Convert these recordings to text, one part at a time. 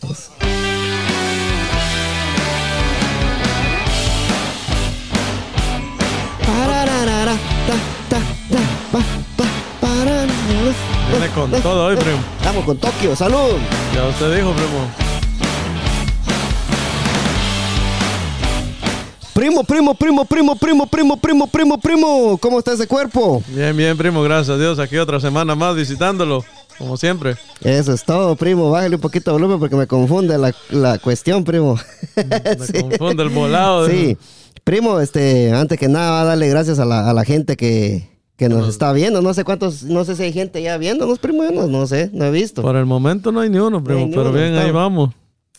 Pues. con todo hoy, primo. Estamos con Tokio, salud. Ya usted dijo, primo. Primo, primo, primo, primo, primo, primo, primo, primo, primo. ¿Cómo está ese cuerpo? Bien, bien, primo, gracias a Dios. Aquí otra semana más visitándolo, como siempre. Eso es todo, primo. Bájale un poquito de volumen porque me confunde la, la cuestión, primo. Me confunde el volado. Sí. Primo, este, antes que nada, darle gracias a la, a la gente que, que nos está viendo. No sé cuántos, no sé si hay gente ya viéndonos, primo. yo No, no sé, no he visto. Por el momento no hay ni uno, primo, hay ni pero uno, bien, ahí estamos. vamos.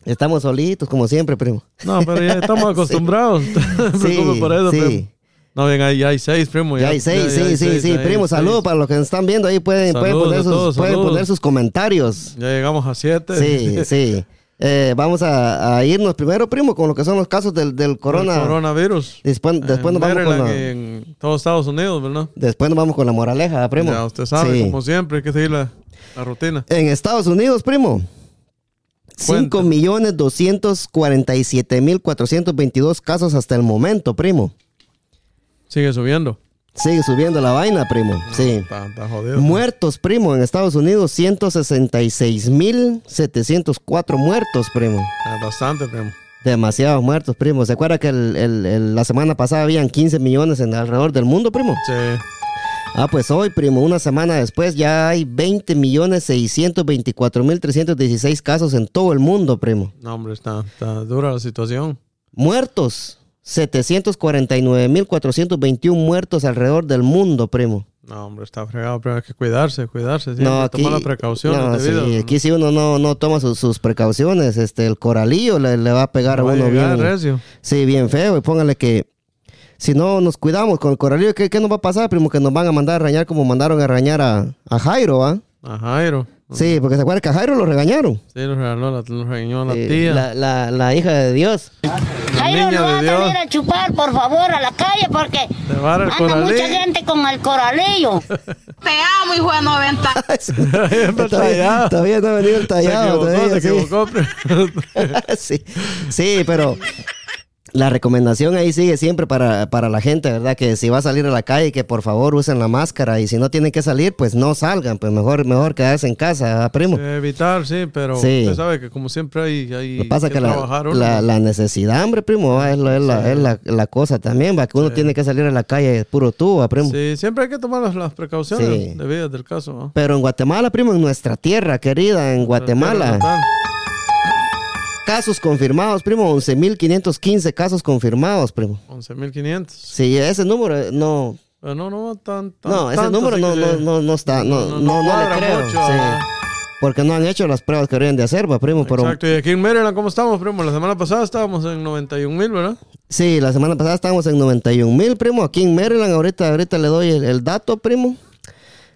Estamos solitos, como siempre, primo. No, pero ya estamos acostumbrados. no te preocupes por eso, sí. primo. No, bien, ahí ya hay seis, primo. Ya hay seis, ya hay sí, sí, seis, sí. ya hay Primo, seis. saludos para los que nos están viendo ahí. Pueden, pueden Saludos a poner, sus, todos, pueden saludos. poner sus comentarios. Ya llegamos a siete. Sí, sí. Eh, vamos a, a irnos primero, primo, con lo que son los casos del, del corona. El Eh, coronavirus. Después, después, nos En vamos con Maryland, la, En todos Estados Unidos, ¿verdad? después nos vamos con la moraleja, ¿verdad, primo. Ya usted sabe, Sí. como siempre, hay que seguir la, la rutina. En Estados Unidos, primo. 5 millones 247 mil 422 casos hasta el momento, primo. Sigue subiendo. Sigue subiendo la vaina, primo. Sí. Está, está jodido. Muertos, primo, en Estados Unidos, 166 mil 704 muertos, primo. Ah, Bastante, primo. Demasiados muertos, primo. ¿Se acuerda que el- el- el- la semana pasada habían 15 millones en alrededor del mundo, primo? Sí. Ah, pues hoy, primo, una semana después ya hay 20 millones 624 mil 316 casos en todo el mundo, primo. No, hombre, está, está dura la situación. Muertos. 749.421 muertos alrededor del mundo, primo. No, hombre, está fregado, pero hay que cuidarse, cuidarse. no, siempre aquí, tomar las precauciones no, debidas, sí, ¿no? aquí si uno no, no toma sus, sus precauciones, este, el coralillo le, le va a pegar a Va a uno llegar bien, recio. sí, bien feo. Y póngale que si no nos cuidamos con el coralillo, ¿qué, qué nos va a pasar, primo? Que nos van a mandar a regañar como mandaron a regañar a, a Jairo, ¿ah? A Jairo. Sí, porque se acuerda que a Jairo lo regañaron. Sí, lo regaló, la, lo regañó la Eh, tía. la- la- la hija de Dios. Jairo, niño no va de a Dios. salir a chupar, por favor, a la calle porque Te va a dar el anda mucha coralillo. gente con el coralillo. Te amo, hijo de 90. Todavía, Siempre tallado. todavía no ha venido el Se tallado. equivocó, todavía, se sí. equivocó. primo. sí, sí, pero la recomendación ahí sigue siempre para, para la gente, ¿verdad? Que si va a salir a la calle, que por favor usen la máscara y si no tienen que salir, pues no salgan, pues mejor, mejor quedarse en casa, ¿verdad, primo. Eh, evitar, sí, pero Sí. usted sabe que como siempre hay, hay Lo que pasa que la, trabajar uno. la, la necesidad, hombre, primo, va, es, la, es, la, es la- la cosa también, va, que uno tiene que salir a la calle puro tú, ¿verdad, primo. Sí, siempre hay que tomar las, las precauciones Sí. debidas del caso. ¿no? Pero en Guatemala, primo, en nuestra tierra querida, en Pero, Guatemala, total, casos confirmados, primo, 11.515 casos confirmados, primo. 11.500. Sí, ese número eh, no, Pero no, no, tan, tan- No, ese tanto, número así no, que no, se- no, no está, no, no, no, cuadra le creo. mucho, sí. ah. Porque no han hecho las pruebas que deberían de hacer, va, primo. Pero Exacto, y aquí en Maryland, ¿cómo estamos, primo? La semana pasada estábamos en 91 mil, ¿verdad? sí, la semana pasada estábamos en 91 mil, primo. Aquí en Maryland, ahorita, ahorita le doy el, el dato, primo.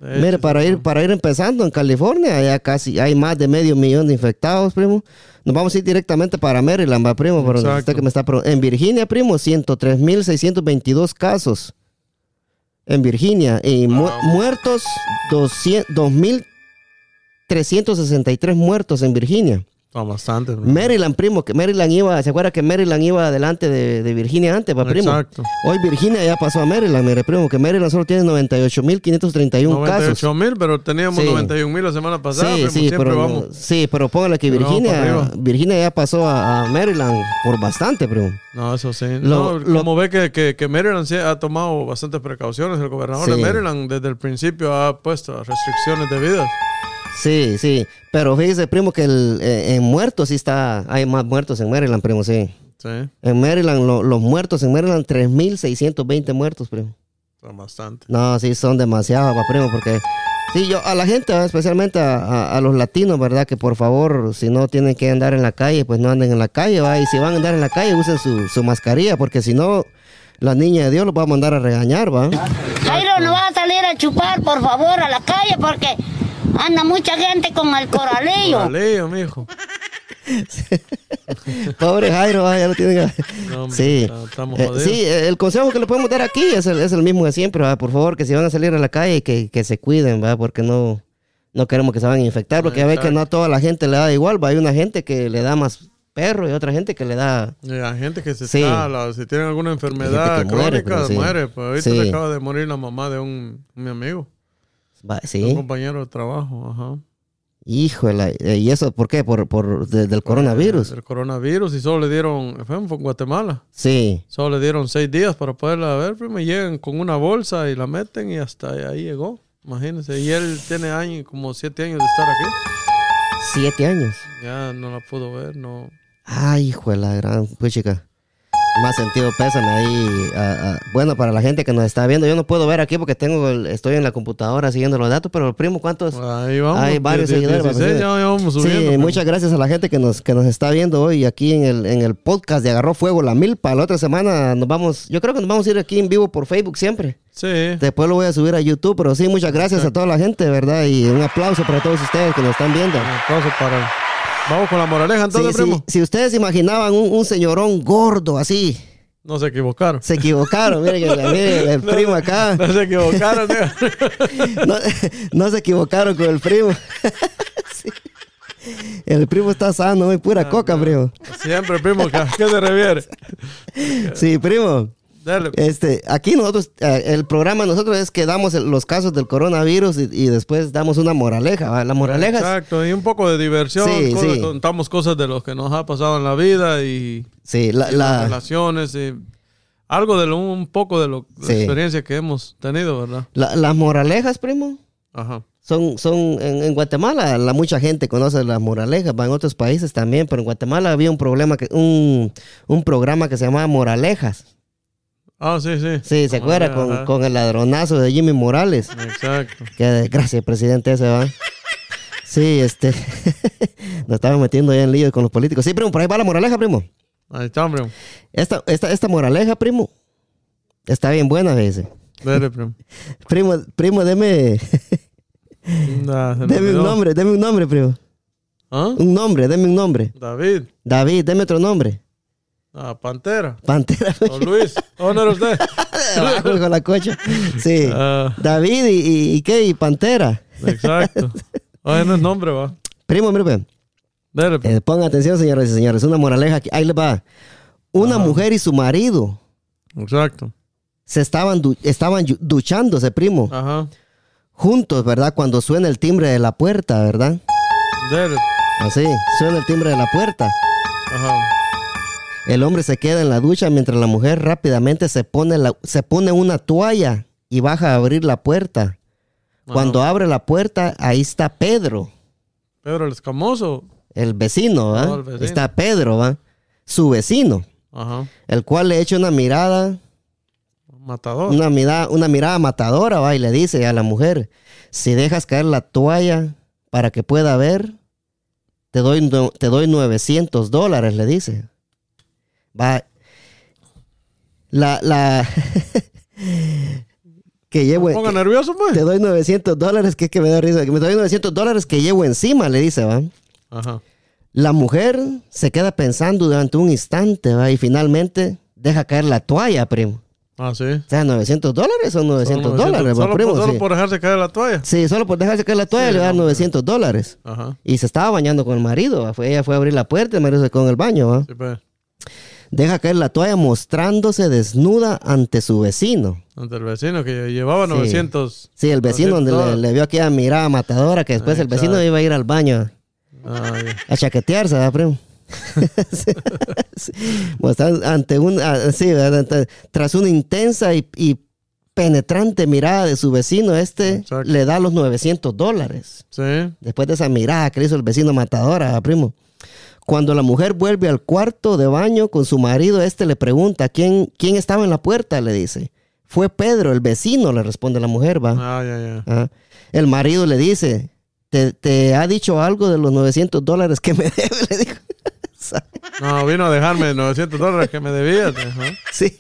Eh, Mire, para ir, para ir empezando en California, ya casi hay más de medio millón de infectados, primo. Nos vamos a ir directamente para Maryland, va, primo, por donde Exacto. usted que me está pro- En Virginia, primo, 103 mil 622 casos. En Virginia. Y mu- Ah. muertos, 200 2.363 muertos en Virginia. no, bastante, primo. Maryland, primo, que Maryland iba, ¿se acuerda que Maryland iba adelante de, de Virginia antes, va, primo? Exacto. Hoy Virginia ya pasó a Maryland, mire, primo, que Maryland solo tiene 98.531 casos. 98 mil, pero teníamos Sí. 91 mil la semana pasada, Sí, primo. sí, pues, siempre pero, no- vamos. sí, pero póngale que Pero vamos para Virginia, arriba. Virginia ya pasó a, a Maryland por bastante, primo. No, eso sí. Lo- no, lo- como ve que, que, que Maryland sí ha tomado bastantes precauciones, el gobernador Sí. de Maryland desde el principio ha puesto restricciones debidas. Sí, sí. Pero fíjese, primo, que el, eh, en muertos sí está, hay más muertos en Maryland, primo, sí. Sí, En Maryland, lo- los muertos en Maryland, 3.620 muertos, primo. son bastante. No, sí, son demasiados, va, primo, porque... Sí, yo a la gente, ¿verdad? especialmente a, a- a los latinos, ¿verdad? Que por favor, si no tienen que andar en la calle, pues no anden en la calle, ¿va? Y si van a andar en la calle, usen su, su mascarilla, porque si no, la niña de Dios los va a mandar a regañar, ¿va? Jairo, no va a salir a chupar, por favor, a la calle porque anda mucha gente con el coralillo. Coralillo, mijo. Pobre Jairo, ¿va? ya lo tienen. No, hombre, sí. está- estamos Eh, jodidos. sí, eh, el consejo que le podemos dar aquí es el, es el mismo de siempre, ¿va? Por favor, que si van a salir a la calle, que, que se cuiden, ¿va? Porque no, no queremos que se van a infectar, porque ya ve que no a toda la gente le da igual, ¿va? Hay una gente que le da más perro y otra gente que le da... Y Hay gente que se Sí. está, la- si tiene alguna Hay enfermedad gente que muere, crónica, pero sí. muere. Pues ahorita Sí. se acaba de morir la mamá de un, mi amigo. Va- Un Sí. compañero de trabajo, ajá. Híjole. eh, ¿Y eso por qué? ¿Por, por de- del coronavirus? El coronavirus y solo le dieron, fue en Guatemala, Sí. solo le dieron seis días para poderla ver, pero me llegan con una bolsa y la meten y hasta ahí llegó, imagínense. Y él tiene años, como siete años de estar aquí, Siete años. ya no la pudo ver, no. Ay, hijo de la gran puchica. Más sentido pésame ahí. ah, ah. Bueno, para la gente que nos está viendo, yo no puedo ver aquí porque tengo el- estoy en la computadora siguiendo los datos, pero primo, ¿cuántos? Ah, Ahí vamos. Hay varios die- die- seguidores. 16, vamos, ya, ya vamos sí. subiendo. pues. Sí, primo. muchas gracias a la gente que nos, que nos está viendo hoy aquí en el, en el podcast de Agarró Fuego La Milpa. La otra semana nos vamos, yo creo que nos vamos a ir aquí en vivo por Facebook siempre. Sí. Después lo voy a subir a YouTube, pero sí, muchas gracias a toda la gente, ¿verdad? Y un aplauso para todos ustedes que nos están viendo. Un aplauso para. Vamos con la moraleja entonces, Sí, sí, primo. si ustedes imaginaban un, un señorón gordo así, No se equivocaron. se equivocaron. Miren, que- miren, el primo acá. No se equivocaron, tío. No, no se equivocaron con el primo. Sí. El primo está sano, es Ah, pura coca, primo. Siempre, primo, ¿a qué se refiere? Sí, primo. Dale. Este, aquí nosotros, eh, el programa de nosotros es que damos el- los casos del coronavirus y, y después damos una moraleja. ¿va? La moraleja es- Exacto, y un poco de diversión. Sí, cosas- sí. Contamos cosas de los que nos ha pasado en la vida y Sí, la, las la, relaciones y algo de lo, un poco de, lo, la Sí. experiencia que hemos tenido, ¿verdad? la- las moralejas, primo. Ajá. Son, son en, en Guatemala, la mucha gente conoce las moralejas, va en otros países también, pero en Guatemala había un problema que, un, un programa que se llamaba Moralejas. Ah, sí, sí. Sí, se acuerda con, Ah, Ajá. con el ladronazo de Jimmy Morales. Exacto. Qué desgracia, el presidente ese, va. Sí, este. Nos estamos metiendo ya en lío con los políticos. Sí, primo, por ahí va la moraleja, primo. Ahí está, primo. Esta, esta, esta moraleja, primo, está bien buena, dice. Dale, primo. Primo, primo, deme, Nah, se me deme un olvidó. nombre, deme un nombre, primo. ¿Ah? Un nombre, deme un nombre. David. David, deme otro nombre. Ah, Pantera. Pantera. Don Luis. ¿Dónde era usted? abajo con la cocha. Sí. Ah, David y, y- y qué, y Pantera. exacto. Oye, no es nombre, va. Primo, mire, primo. Dale, primo. Eh, pongan atención, señoras y señores. Una moraleja aquí. Ahí les va. Una mujer y su marido Eh. Exacto. se estaban, du- estaban yu- duchándose, primo. Ajá. Juntos, ¿verdad? Cuando suena el timbre de la puerta, ¿verdad? Dale. Así, suena el timbre de la puerta. Ajá. El hombre se queda en la ducha mientras la mujer rápidamente se pone, la- se pone una toalla y baja a abrir la puerta. Cuando abre la puerta, ahí está Pedro, Pedro el Escamoso. el vecino, ¿va? Oh, el vecino. Está Pedro, ¿va? Su vecino, Ajá. el cual le echa una mirada Matador. una mirada, una mirada matadora, va, y le dice a la mujer, si dejas caer la toalla para que pueda ver, te doy, no- te doy 900 dólares, le dice. Va. La, la, que llevo, Me ponga que- nervioso, pues. te doy 900 dólares, que es que me da risa, que me doy 900 dólares que llevo encima, le dice, va. Ajá. La mujer se queda pensando durante un instante, va, y finalmente deja caer la toalla, primo. Ah, sí. O sea, 900 dólares son Son 900 dólares, Solo, va, primo. por, solo sí. por dejarse caer la toalla. Sí, solo por dejarse caer la toalla Sí, le dan no, 900 dólares. Ajá. Y se estaba bañando con el marido. va, Fue, ella fue a abrir la puerta, el marido se quedó en el baño. va. Sí, pues. Deja caer la toalla mostrándose desnuda ante su vecino. Ante el vecino que llevaba Sí. 900. Sí, el vecino donde 900 le, le vio aquella mirada matadora que después el vecino iba a ir al baño Ah, ya. a chaquetearse, ¿verdad, primo? Sí, sí. Mostrar- ante un, ah, sí, ¿verdad? Ante- tras una intensa y, y penetrante mirada de su vecino, este Exacto. le da los 900 dólares. Ah, Sí. Después de esa mirada que le hizo el vecino matadora, ¿verdad, primo. Cuando la mujer vuelve al cuarto de baño con su marido, este le pregunta quién, quién estaba en la puerta, le dice. Fue Pedro, el vecino, le responde la mujer, va. Ah, ya, ya. Ah. El marido le dice, ¿Te, te ha dicho algo de los 900 dólares que me debe, le dijo. No, vino a dejarme 900 dólares que me debía. Ajá. Sí,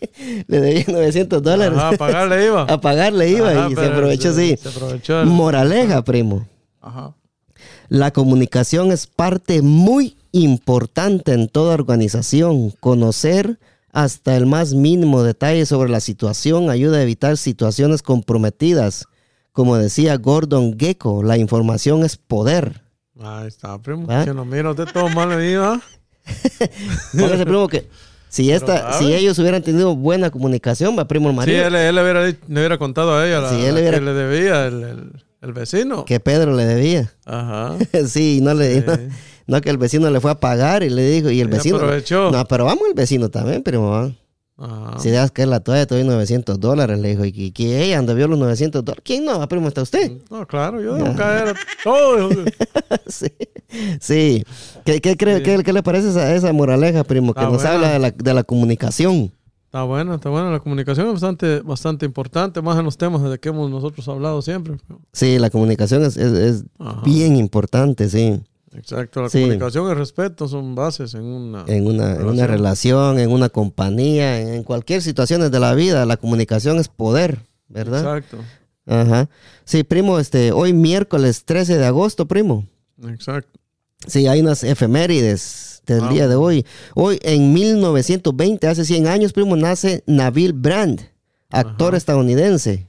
le debía 900 dólares. Ajá, a pagarle iba. A pagarle iba Ajá, y se pero aprovechó, se- sí. se aprovechó el- Moraleja, primo. Ajá. La comunicación es parte muy importante en toda organización. Conocer hasta el más mínimo detalle sobre la situación ayuda a evitar situaciones comprometidas. Como decía Gordon Gecko, la información es poder. Ahí está, primo. ¿Va? Que nos mira usted todo mal ahí, ¿va? Póngase, primo, que si, esta, si ellos hubieran tenido buena comunicación, va primo el Sí, marido. él, él le, hubiera, dicho- le hubiera contado a ella la, Sí, él la hubiera- que le debía el, el- El vecino. que Pedro le debía. Ajá. sí, no le no, no que el vecino le fue a pagar y le dijo, y el Ya vecino. aprovechó. Ah. No, pero vamos el vecino también, primo. va. Ajá. Si dejas caer la toalla, te doy 900 dólares. Le dijo, y que- que ella anda vio los 900 dólares. ¿Quién no? va, primo, está usted. No, claro, yo debo caer todo. hijo de- sí. sí. ¿Qué, qué, cree- qué- qué le parece esa, esa moraleja, primo? Que Está nos Ah, buena. habla de la, de la comunicación. Está bueno, está bueno. La comunicación es bastante, bastante importante, más en los temas de que hemos nosotros hablado siempre. Sí, la comunicación es, es- es Ajá. bien importante, sí. Exacto, la Sí. comunicación y el respeto son bases en una... En una, en una relación, en una compañía, en, en cualquier situación de la vida, la comunicación es poder, ¿verdad? Exacto, Ajá. Sí, primo, este, hoy miércoles 13 de agosto, primo. exacto. Sí, hay unas efemérides del Ah. día de hoy. Hoy, en 1920, hace 100 años, primo, nace Nabil Brand, actor estadounidense.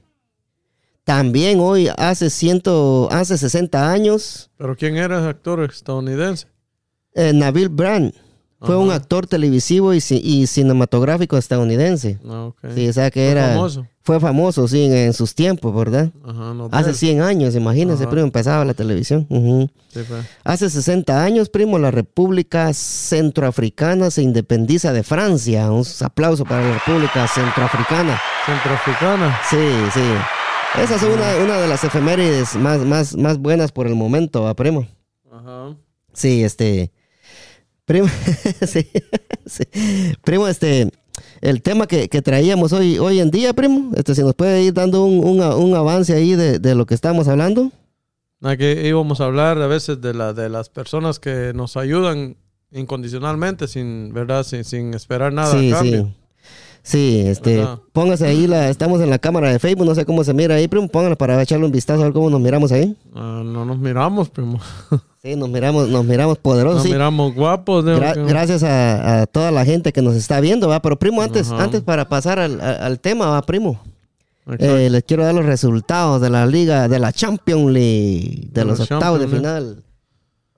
También hoy, hace, ciento, hace 60 años, Pero ¿quién era ese actor estadounidense? eh, Nabil Brand fue un actor televisivo y, ci- y cinematográfico estadounidense. Ah, ok. Sí, o sea que Fue era... famoso. Fue famoso, sí, en, en sus tiempos, ¿verdad? Ajá, no pues, Hace del- 100 años, imagínese, Ajá. primo, empezaba la televisión. Ujú. Sí, pues, fue. Hace 60 años, primo, la República Centroafricana se independiza de Francia. Un aplauso para la República Centroafricana. Centroafricana. Sí, sí. Esa es una, una de las efemérides más, más, más buenas por el momento, ¿va, primo? Ajá. Sí, este. Primo, sí, sí. Primo, este. El tema que, que traíamos hoy, hoy en día, primo, este, si nos puede ir dando un, un a- un avance ahí de, de lo que estamos hablando. Ah, que íbamos a hablar a veces de, la, de las personas que nos ayudan incondicionalmente, sin, ¿verdad? Sin, sin esperar nada sí, a Ah, cambio. sí. Sí, este, Ajá. póngase ahí, la, estamos en la cámara de Facebook, no sé cómo se mira ahí, primo, póngala para echarle un vistazo a ver cómo nos miramos ahí. Ah, no nos miramos, primo. Sí, nos miramos, nos miramos poderosos, Nos sí. miramos guapos. digo Gra- que- gracias a, a toda la gente que nos está viendo, va, pero primo, antes, Ajá. antes para pasar al, al- al tema, va, primo. Exacto. Eh, les quiero dar los resultados de la liga, de la Champions League, de, De los la octavos de Champions final.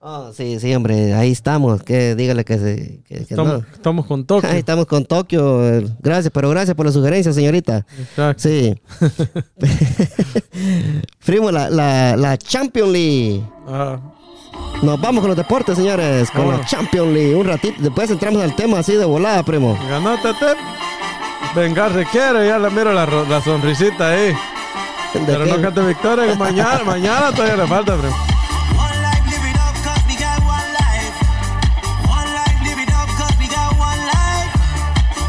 Ah, sí, sí, hombre, ahí estamos. Que dígale que, se, que, que estamos, no. estamos con toque. Ahí estamos con Tokio. eh, Gracias, pero gracias por la sugerencia, señorita. Exacto. Sí. Primo, la, la, la Champions League. Ah, Nos vamos con los deportes, señores, con la Vámonos. Champions League. Un ratito, después entramos al tema así de volada, primo. ganate, Tep. Vengar requiere, ya le miro la, ro- la sonrisita ahí. ¿De Pero qué? no cante victoria, que mañana, mañana todavía le falta, primo. One life, live it up, cause we got one life. One life, live it up, cause we got one life.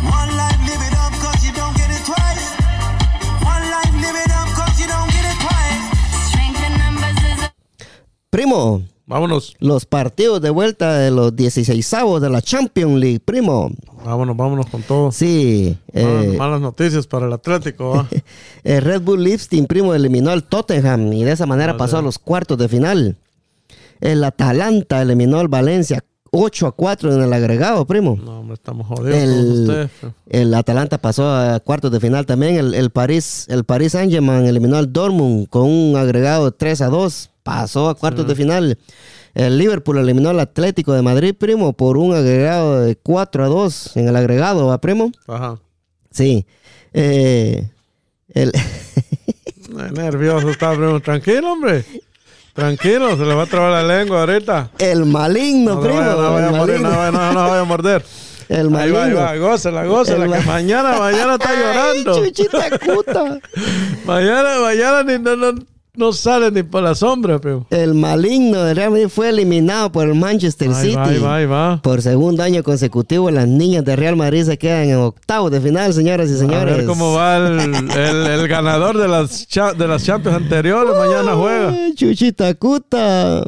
One life, live it up, cause you don't get it twice. One life, live it up, cause you don't get it twice. Strength in numbers is a Primo, Vámonos, los partidos de vuelta de los 16 de la Champions League, primo. vámonos, vámonos con todo. Sí, Malas, eh, malas noticias para el Atlético. ¿ah? el Red Bull Leipzig, primo, eliminó al Tottenham y de esa manera pasó a los cuartos de final. El Atalanta eliminó al Valencia 8 a 4 en el agregado, primo. No, hombre, estamos jodidos todos El, ustedes. pero- el Atalanta pasó a cuartos de final también. El, el París, el París Saint Germain eliminó al Dortmund con un agregado de 3 a 2. Pasó a cuartos de final. El Liverpool eliminó al Atlético de Madrid, primo, por un agregado de 4 a 2 en el agregado, ¿va, primo? Ajá. Sí. Eh, el, Ay, Eh, Nervioso está, primo. Tranquilo, hombre. Tranquilo, se le va a trabar la lengua ahorita. el maligno, No, le primo. vaya, no vaya el a morder, maligno. no vaya, no, no vaya a morder. El Ahí maligno. va, ahí va, gózala, gózala, El que ma- mañana, mañana está Ay, llorando. chuchita cuta. Mañana, mañana ni, no, no, no sale ni por la sombra, primo. El maligno del Real Madrid fue eliminado por el Manchester Ahí City. va, ahí va, ahí va. Por segundo año consecutivo, las niñas de Real Madrid se quedan en octavos de final, señoras y A señores. ver cómo va el, el- el ganador de las, cha- de las Champions anteriores. Mañana juega. Ay, Chuchita Cuta.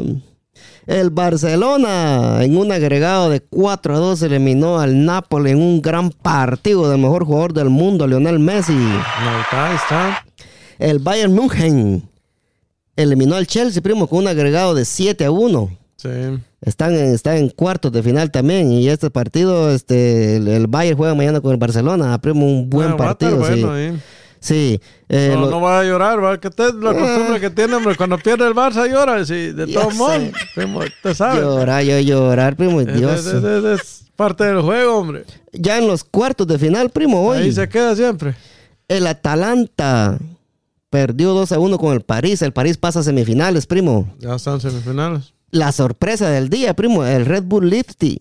El Barcelona, en un agregado de 4 a 2, eliminó al Napoli en un gran partido del mejor jugador del mundo, Lionel Messi. Ahí está, ahí está. El Bayern München eliminó al Chelsea, primo, con un agregado de 7 a 1. Sí. Están en, están en cuartos de final también. Y este partido, este, el, el Bayern juega mañana con el Barcelona. Primo, un buen Bueno, Ah, va a estar partido. sí. bueno ahí. Sí, eh, no, lo- Eh. no va a llorar, ¿va? Que usted la costumbre que tiene, hombre. Cuando pierde el Barça llora, sí, de Ya todo modo. sé. Primo, Usted sabe. llorar, yo llorar, primo, Es- Dios. Es, es- es parte del juego, hombre. Ya en los cuartos de final, primo, Ahí hoy, se queda siempre. el Atalanta Perdió 2 a 1 con el París. El París pasa a semifinales, primo. Ya están semifinales. La sorpresa del día, primo, el Red Bull Lipti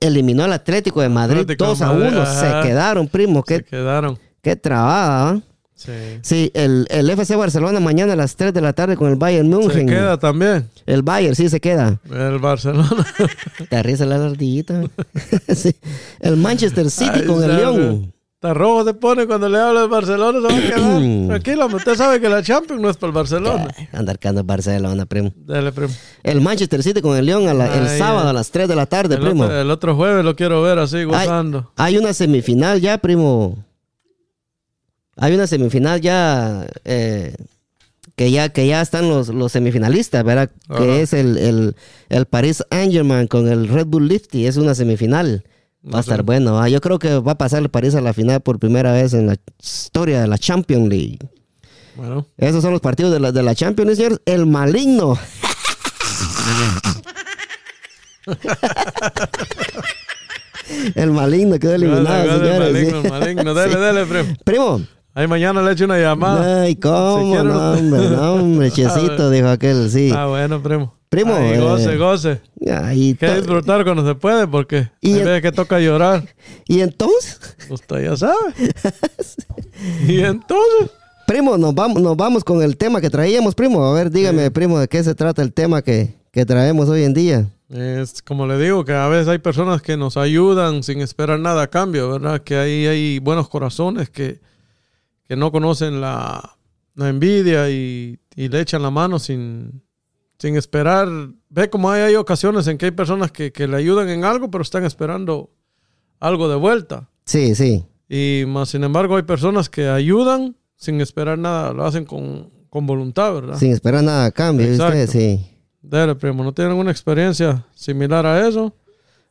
eliminó al Atlético de Madrid Atlético de 2 a Madrid, 1. ajá. Se quedaron, primo. Se Qué, quedaron. qué trabada. ¿ah? Sí. Sí, el, el FC Barcelona mañana a las 3 de la tarde con el Bayern Se München. queda también El Bayern, sí, se queda. el Barcelona. Te arriesga la ardillita. Sí. El Manchester City Ay, con el sabe. León. Está rojo se pone cuando le habla el Barcelona. Se va a quedar. Tranquilo, usted sabe que la Champions no es para el Barcelona. Ay, Andar cando el Barcelona, primo. Dale, primo. El Manchester City con el León a la- el Ay, sábado a las 3 de la tarde, Ah, El primo. otro, el otro jueves lo quiero ver así, Hay, gozando. hay una semifinal ya, primo. Hay una semifinal ya eh, que ya que ya están los, los semifinalistas, ¿verdad? Ajá. Que es el, el, el Paris Angerman con el Red Bull Lifty. Es una semifinal. Va a estar bueno. ah, Yo creo que va a pasar el París a la final por primera vez en la historia de la Champions League. Bueno, Esos son los partidos de la, de la Champions League, señores. El maligno. el maligno quedó eliminado, Dale, dale, señores. maligno, sí. maligno. Dale, Sí. dale, primo. Primo. Ahí mañana le echo una llamada. Ay, Si cómo, quiere, no, no- hombre, no, hombre, Ah, checito, dijo aquel, sí. Ah, bueno, primo. Primo, Ahí, eh, goce, goce. Ay, Hay que to- disfrutar cuando se puede, porque Y hay el- veces que toca llorar. y entonces, Usted ya sabe. Y entonces, primo, nos vamos, nos vamos con el tema que traíamos, primo. A ver, dígame, primo, de qué se trata el tema que, que traemos hoy en día. es como le digo, que a veces hay personas que nos ayudan sin esperar nada a cambio, ¿verdad? Que ahí hay buenos corazones que, que no conocen la, la envidia y, y le echan la mano sin, sin esperar. Ve como hay, hay ocasiones en que hay personas que, que le ayudan en algo, pero están esperando algo de vuelta. Sí, sí. Y más sin embargo hay personas que ayudan sin esperar nada, lo hacen con, con voluntad, ¿verdad? Sin esperar nada a cambio, Ah. Exacto. ¿viste? Sí. Dale, primo, ¿no tienen una experiencia similar a eso?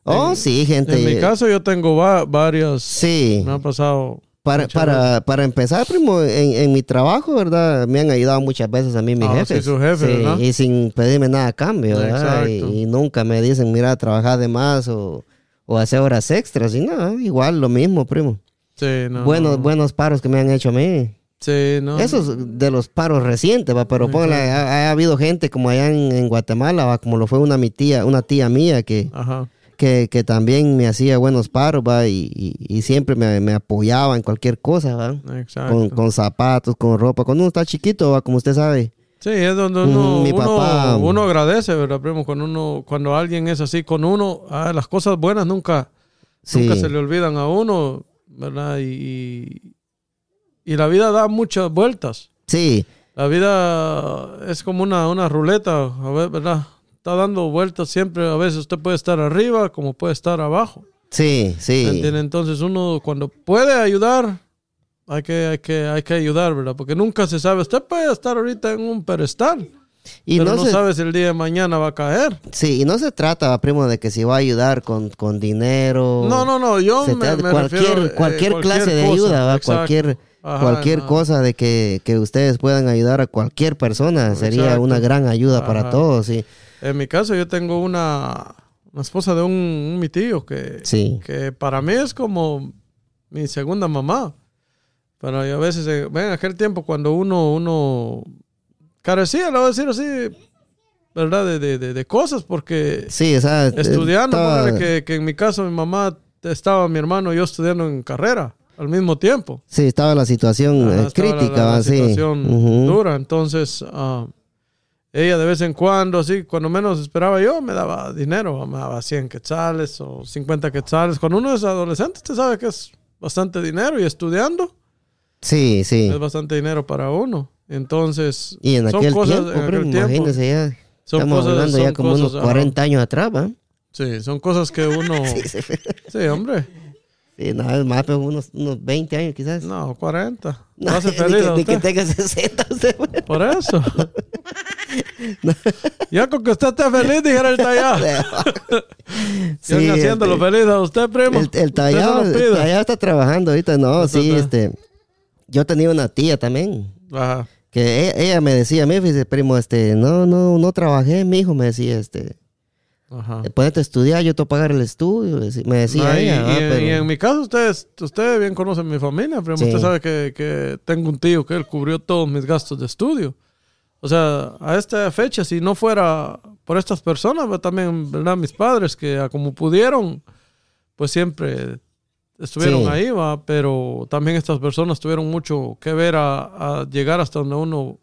Oh, sí, gente. En mi caso yo tengo va- varias. sí. Me han pasado. Para, muchas para- veces. para empezar, primo, en, en mi trabajo, ¿verdad? Me han ayudado muchas veces a mí mis Ah, jefes. sí, su jefe, ¿verdad? Y sin pedirme nada a cambio, ¿verdad? Y, Exacto. y nunca me dicen, mira, trabajar de más o, o hacer horas extras. Y nada, igual lo mismo, primo. Sí, no. buenos, no. buenos paros que me han hecho a mí. Sí, no. Esos de los paros recientes, va, pero póngale, ha, ha habido gente como allá en, en Guatemala, va, como lo fue una mi tía, una tía mía que, Ajá. que, que también me hacía buenos paros, va, y, y- y siempre me, me apoyaba en cualquier cosa, va. Exacto. Con, con zapatos, con ropa. Cuando uno está chiquito, va, como usted sabe. Sí, es donde uno, Ujú, mi uno, papá. uno agradece, ¿verdad, primo? Cuando uno, cuando alguien es así con uno, ah, las cosas buenas nunca, Sí. nunca se le olvidan a uno, ¿verdad? Y, y, y la vida da muchas vueltas. Sí, La vida es como una, una ruleta, a ver, ¿verdad? Está dando vueltas siempre. A veces usted puede estar arriba como puede estar abajo. sí, ¿Me sí. entiende? Entonces uno cuando puede ayudar, hay que, hay, que, hay que ayudar, ¿verdad? Porque nunca se sabe. Usted puede estar ahorita en un pedestal, Y pero no, no, se, sabe si el día de mañana va a caer. sí, y no se trata, va, primo, de que si va a ayudar con, con dinero. No, no, no, yo Oh. Se me, trata- me cualquier, refiero, eh, cualquier clase de cosa. ayuda, va, Exacto. cualquier, Ajá, cualquier no. cosa de que, que ustedes puedan ayudar a cualquier persona sería Exacto. una gran ayuda para Ajá. todos. Sí, En mi caso, yo tengo una, una esposa de un, un mi tío que, Sí. que para mí es como mi segunda mamá. Pero yo a veces, eh, ven, aquel tiempo cuando uno, uno carecía, lo voy a decir así, ¿verdad? De, de- de- de cosas, porque sí o sea, eh, estudiando, estaba- ponele que, que en mi caso mi mamá estaba, mi hermano y yo estudiando en carrera al mismo tiempo. sí, estaba la situación eh, Ajá, estaba la- crítica, la, la va, sí. situación Ujú. dura. Entonces, ah, ella de vez en cuando, así, cuando menos esperaba yo, me daba dinero, me daba 100 quetzales o 50 quetzales. Cuando uno es adolescente, usted sabe que es bastante dinero y estudiando Sí, sí. es bastante dinero para uno. Entonces, Y en Eh, son aquel cosas- tiempo, en aquel primo, tiempo, imagínese ya. son estamos cosas- hablando ya son como cosas, unos ajá. 40 años atrás, ¿va? Sí, son cosas que uno... Sí, sí, hombre. nada más, pero unos, unos 20 años quizás. No, 40. No, No, hace ni feliz que, a ni que usted. tenga 60. usted, güey. Por eso. ya con que usted esté feliz, dijera el tallado. Sí, Sigan haciéndolo el- feliz a usted, primo. El, el Usted se tallado, lo el pide. tallado está trabajando ahorita, no, Eso sí, está. este. Yo tenía una tía también, Ajá. que e- ella, me decía a mí, dice, primo, este, no, no, no trabajé, mi hijo, me decía, este. Ajá. Ponete a estudiar, yo te voy a pagar el estudio. deci- Me decía No, y, ella. y ah, en, pero- y en mi caso, ustedes, ustedes bien conocen mi familia, primo. Sí. Usted sabe que, que tengo un tío que él cubrió todos mis gastos de estudio. O sea, a esta fecha, si no fuera por estas personas, pero también, ¿verdad? Mis padres, que a como pudieron, pues siempre estuvieron Sí. ahí, va. Pero también estas personas tuvieron mucho que ver a, a llegar hasta donde uno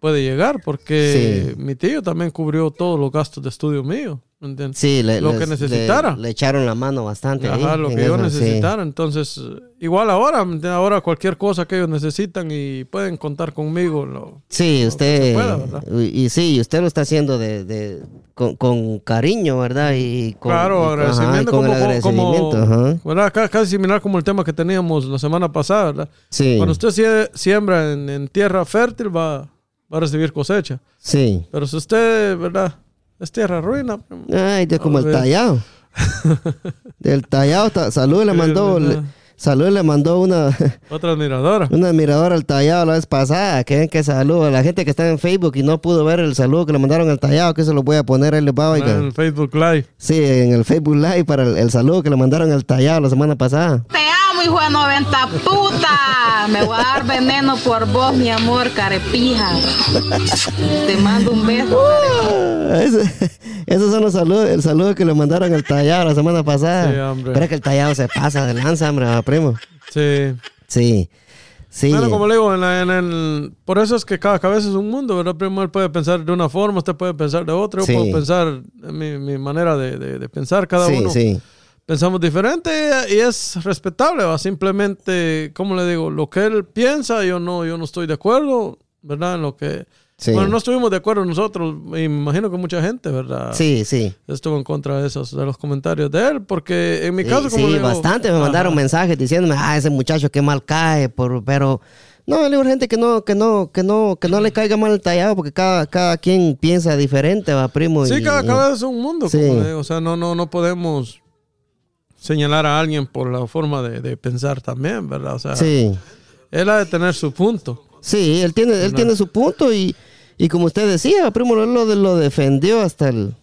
puede llegar, porque mi tío también cubrió todos los gastos de estudio mío, ¿me entiendes? Sí, le, lo les- que necesitara. Le, le echaron la mano bastante. Ajá, ahí, lo en que yo eso, sí. necesitara. Entonces, igual ahora, ¿me entiendes? ahora cualquier cosa que ellos necesitan y pueden contar conmigo. Lo, Sí, usted. se pueda, ¿verdad? y, y sí, usted lo está haciendo de, de- con, con cariño, ¿verdad? Y con, y- claro, ajá, y agradecimiento con como, el agradecimiento. como- ajá. ¿verdad? Ca- Casi similar como el tema que teníamos la semana pasada, ¿verdad? Sí. Cuando usted sie- siembra en, en tierra fértil, va, va a recibir cosecha. Sí. Pero si usted, ¿verdad? Es tierra ruina. primo. Ay, de como A el ver. tallado. Del tallado. ta- Salud le Sí, mandó. ¿verdad? le- salud le mandó una. Otra admiradora. Una admiradora al tallado la vez pasada, que ven que saludo a la gente que está en Facebook y no pudo ver el saludo que le mandaron al tallado, que se lo voy a poner ahí les va, En oiga. el Facebook Live. Sí, en el Facebook Live para el, el saludo que le mandaron al tallado la semana pasada. Te amo, hijo de 90 puta. Me voy a dar veneno por vos, mi amor, carepija. Te mando un beso. Ah, ese- esos son los saludos, el saludo que le mandaron al tallado la semana pasada. Sí, hombre. Pero es que el tallado se pasa de lanza, hombre, va, primo. Sí. Sí, sí. Bueno, como le digo, en la- en el- por eso es que cada cabeza es un mundo, ¿verdad? Primero él puede pensar de una forma, usted puede pensar de otra, yo Sí. puedo pensar en mi, mi manera de, de- de pensar, cada sí, uno sí, pensamos diferente y y es respetable, ¿va? simplemente, como le digo, lo que él piensa, yo no, yo no estoy de acuerdo, ¿verdad? En lo que... Sí. Bueno, no estuvimos de acuerdo nosotros, me imagino que mucha gente, ¿verdad? sí, sí. Estuvo en contra de esos, de los comentarios de él, porque en mi Sí, caso, como sí, le digo, bastante me ajá. mandaron mensajes diciéndome, ah, ese muchacho que mal cae, por, pero no, le digo gente que no, que no, que no, que no le caiga mal el tallado, porque cada, cada quien piensa diferente, va primo. Sí, y- cada y- cabeza es un mundo. Sí. como le digo. O sea, no, no, no podemos señalar a alguien por la forma de, de pensar también, ¿verdad? O sea, Sí, él ha de tener su punto. sí, él tiene, él tiene su punto y, y como usted decía, va, primo, él lo, de- lo defendió hasta el.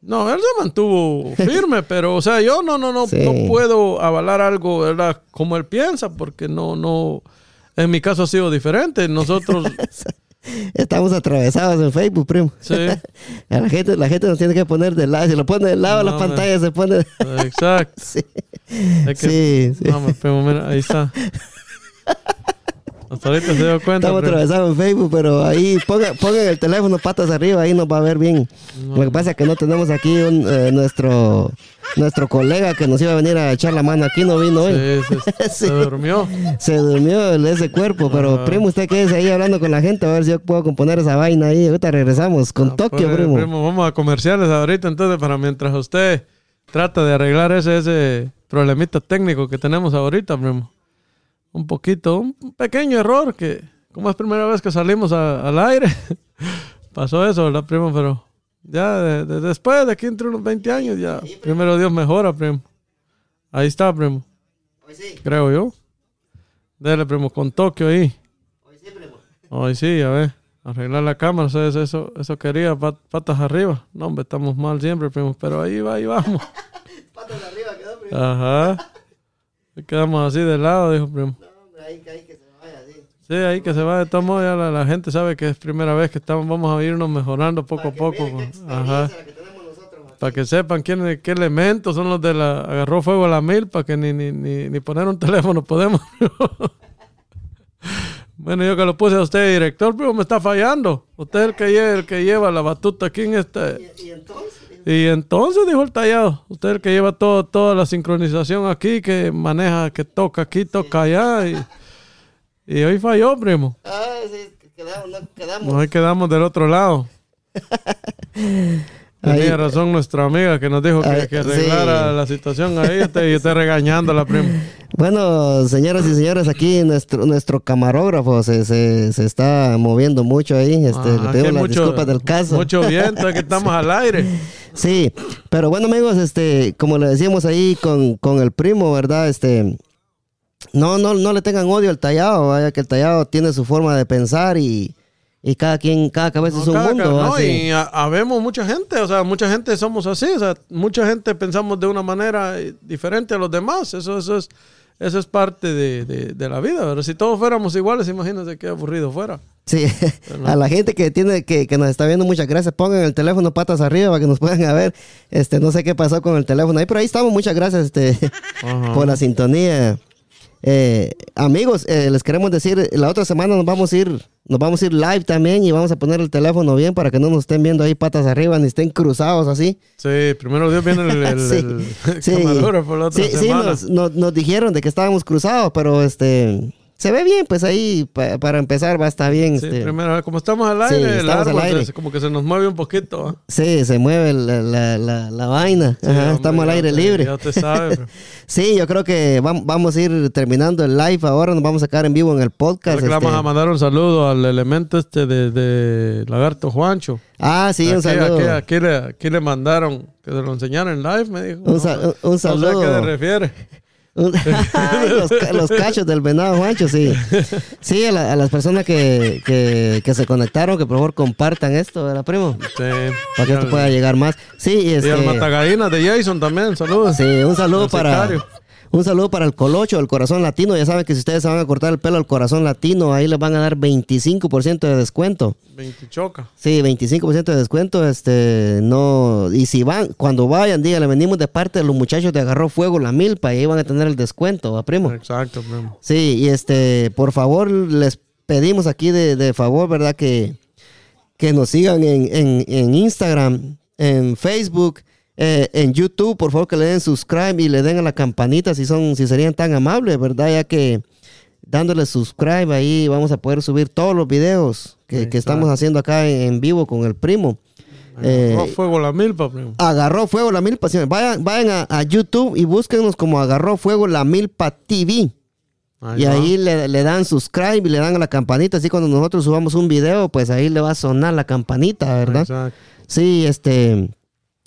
No, él se mantuvo firme, pero, o sea, yo no, no, no, Sí. no puedo avalar algo, ¿verdad? Como él piensa, porque no, no. En mi caso ha sido diferente. Nosotros, Estamos atravesados en Facebook, primo. Sí. A la gente, la gente nos tiene que poner de lado. Si lo pone de lado No, las man. pantallas, se pone. exacto. Sí. Es que- Sí, sí. No, pero mira, ahí está. Hasta ahorita se dio cuenta. Estamos pero- atravesados en Facebook, pero ahí ponga- pongan el teléfono patas arriba, ahí nos va a ver bien. Lo que pasa es que no tenemos aquí un, eh, nuestro nuestro colega que nos iba a venir a echar la mano aquí, no vino hoy. Sí, sí, sí. Sí. Se durmió. Se durmió el- ese cuerpo, pero primo, usted quédese ahí hablando con la gente, a ver si yo puedo componer esa vaina ahí. Ahorita regresamos con Tokio, Pues, primo. Vamos a comerciales ahorita, entonces, para mientras usted trata de arreglar ese, ese problemita técnico que tenemos ahorita, primo. Un poquito, un pequeño error que, como es primera vez que salimos a- al aire, pasó eso, ¿verdad, primo? Pero ya de- de- después de aquí entre unos 20 años, ya, primero Dios mejora, primo. Ahí está, primo. Creo yo. Dele, primo, con Tokio ahí. Hoy sí, a ver. Arreglar la cámara, ¿sabes? Eso, eso quería, pat- patas arriba. No, hombre, estamos mal siempre, primo, pero ahí va, ahí vamos. patas arriba quedó, primo. Ajá. Ahí Quedamos así de lado, dijo primo. Sí, ahí que se va de todos modos, ya la, la gente sabe que es primera vez que estamos, vamos a irnos mejorando poco a poco. pues. Ajá. Para que sepan quién, qué elementos son los de la... Agarró fuego a la mil para que ni, ni, ni, ni poner un teléfono podemos. Bueno, yo que lo puse a usted, director, pero me está fallando. Usted es el que lleva, el que lleva la batuta aquí en este. Y, entonces. dijo el tallado. Usted es el que lleva todo, toda la sincronización aquí, que maneja, que toca aquí, toca allá. Y, y hoy falló, primo. Hoy quedamos del otro lado. Tenía Ahí- razón nuestra amiga que nos dijo que, Ahí, que sí. arreglara la situación ahí. Usted, y usted regañando a la prima. Bueno, señoras y señores, aquí nuestro, nuestro camarógrafo se, se, se está moviendo mucho ahí. Este, Ah, le que hay pedimos las disculpas del caso. Mucho viento, es que estamos al aire. Sí, pero bueno amigos, este, como le decíamos ahí con, con el primo, ¿verdad? Este, no, no, no le tengan odio al tallado, vaya que el tallado tiene su forma de pensar y, Y cada quien, cada cabeza es un cada- mundo. no, así. y ha- habemos mucha gente, o sea, mucha gente somos así, o sea, mucha gente pensamos de una manera eh, diferente a los demás, eso, eso es, eso es parte de, de- de la vida, pero si todos fuéramos iguales, imagínate qué aburrido fuera. Sí, a la gente que tiene que, que nos está viendo, muchas gracias. Pongan el teléfono patas arriba para que nos puedan a ver. Este, no sé qué pasó con el teléfono ahí, pero ahí estamos. Muchas gracias este, Ajá. por la sintonía. Eh, amigos, eh, les queremos decir, la otra semana nos vamos a ir, nos vamos a ir live también y vamos a poner el teléfono bien para que no nos estén viendo ahí patas arriba ni estén cruzados así. Sí, primero Dios viene el, el- Sí, el sí. camarógrafo la otra Sí, sí, semana. nos, nos- nos dijeron de que estábamos cruzados, pero este se ve bien, pues ahí pa- para empezar va a estar bien. Sí, este. primero, como estamos al Sí, aire, el estamos al árbol aire. se- como que se nos mueve un poquito. ¿ah? Sí, se mueve la, la- la- la vaina. Sí, Ajá, hombre, estamos al ya aire te- libre. Ya te pues. sabes. bro. sí, yo creo que vam- vamos a ir terminando el live ahora. Nos vamos a sacar en vivo en el podcast. Le vamos este. a mandar un saludo al elemento este de, de Lagarto Juancho. Ah, sí, un Aquí- saludo. Aquí, aquí le, aquí le mandaron que se lo enseñaron en live, me dijo. Un sa- un- un No sé a qué saludo. te refieres. Un- Ay, los, ca- los cachos del venado, Juancho, sí. Sí, a, la- a las personas que, que- que se conectaron, que por favor compartan esto, ¿verdad, primo? Sí. Para que Y esto al- pueda llegar más. Sí, Y al este, Matagallina de Jason también, saludos. sí, un saludo al para... sicario. Un saludo para el Colocho, el Corazón Latino. Ya saben que si ustedes se van a cortar el pelo al Corazón Latino, ahí les van a dar 25% de descuento. 20 choca. Sí, 25% de descuento, este, no, y si van, cuando vayan, díganle, venimos de parte de los muchachos de Agarró Fuego La Milpa, y ahí van a tener el descuento, ¿va, primo? Exacto, primo. Sí, y este, por favor, les pedimos aquí de, de favor, ¿verdad? Que, que nos sigan en, en- en Instagram, en Facebook, eh, en YouTube, por favor que le den subscribe y le den a la campanita si son, si serían tan amables, ¿verdad? Ya que dándole subscribe ahí vamos a poder subir todos los videos que, que estamos haciendo acá en, en vivo con el primo. Eh, No fuego la milpa, primo. Agarró fuego la milpa. señores. Vayan, vayan a, a YouTube y búsquenos como Agarró fuego la milpa TV. Y va. ahí le, le dan subscribe y le dan a la campanita. Así cuando nosotros subamos un video, pues ahí le va a sonar la campanita, ¿verdad? Exacto. Sí, este.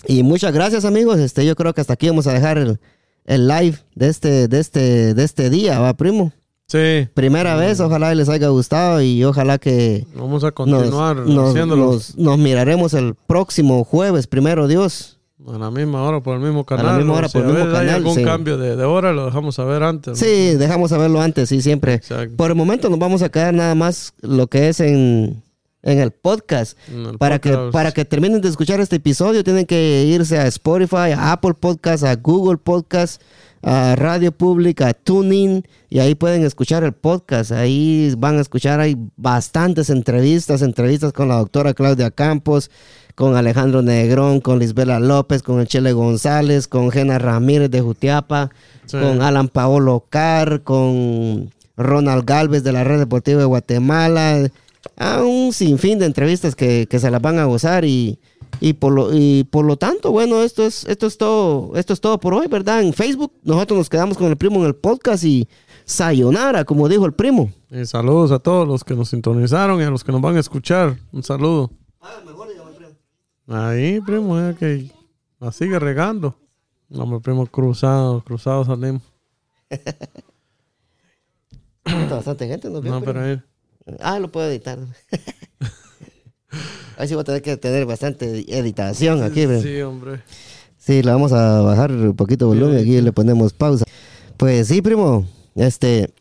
Y muchas gracias, amigos. Este, yo creo que hasta aquí vamos a dejar el, el live de este, de este, de este día, va, primo. Sí, Primera vez, ojalá les haya gustado y ojalá que vamos a nos, continuar nos- haciéndolo nos- nos miraremos el próximo jueves, primero Dios. a la misma hora por el mismo canal. misma o hora si por el a mismo veces hay canal, algún sí. cambio de, de hora, lo dejamos saber antes. ¿no? Sí, dejamos saberlo antes, sí, siempre. Exacto. Por el momento nos vamos a quedar nada más lo que es en, en el podcast. En el para, Que, podcast. para que terminen de escuchar este episodio, tienen que irse a Spotify, a Apple Podcast, a Google Podcast, a Radio Pública, a TuneIn, y ahí pueden escuchar el podcast. Ahí van a escuchar, hay bastantes entrevistas, entrevistas con la doctora Claudia Campos, con Alejandro Negrón, con Lisbela López, con el Chele González, con Jena Ramírez de Jutiapa, Sí. con Alan Paolo Carr, con Ronald Galvez de la Red Deportiva de Guatemala. A un sinfín de entrevistas que, que se las van a gozar y, y, por lo, y por lo tanto, bueno, esto es, esto, es todo, esto es todo por hoy, ¿verdad? En Facebook nosotros nos quedamos con el primo en el podcast y sayonara, como dijo el primo. Y Eh, saludos a todos los que nos sintonizaron y a los que nos van a escuchar. Un saludo. Ahí, primo, ya que la sigue regando. No, hombre, primo, cruzado, cruzado salimos. Falta Bastante gente nos vio, No, primo. pero ahí. Ah, lo puedo editar. Ahí sí voy a tener que tener bastante editación aquí, primo. Sí, hombre. Sí, le vamos a bajar un poquito de volumen aquí le ponemos pausa. Pues sí, primo, este,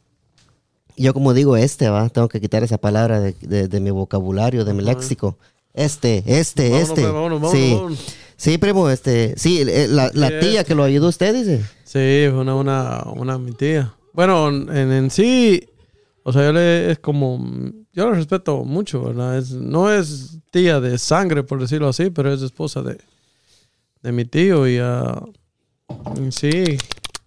yo como digo este, va, tengo que quitar esa palabra de, de- de mi vocabulario, de mi léxico. Este, este, Vámonos, este. pues, vámonos, vámonos, sí. vámonos. sí, primo, este, sí, eh, la, la Sí, tía que lo ayudó usted, dice. Sí, fue una, una, una mi tía. Bueno, en, en sí, o sea, yo le es como, yo la respeto mucho, ¿verdad? Es- no es tía de sangre, por decirlo así, pero es esposa de, de mi tío y ah, en sí,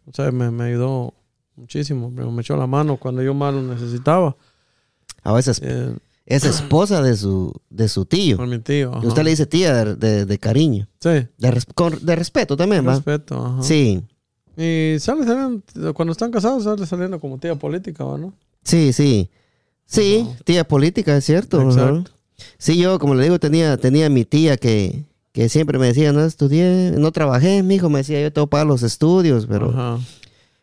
o sea, me, me ayudó muchísimo, pero me echó la mano cuando yo más lo necesitaba. A veces Eh, Ah, es esposa de su, de su tío. por mi tío. Y ajá. usted le dice tía de, de- de cariño, Sí, de, res- con- de respeto también, va. respeto. ajá. Sí, Y sale saliendo, cuando están casados, sale saliendo como tía política, ¿no? sí, sí. Sí, tía política, es cierto. ajá. Exacto. Sí, yo, como le digo, tenía, tenía mi tía que, que siempre me decía, no estudié, no trabajé, mi hijo me decía, yo tengo que pagar los estudios, pero Ajá.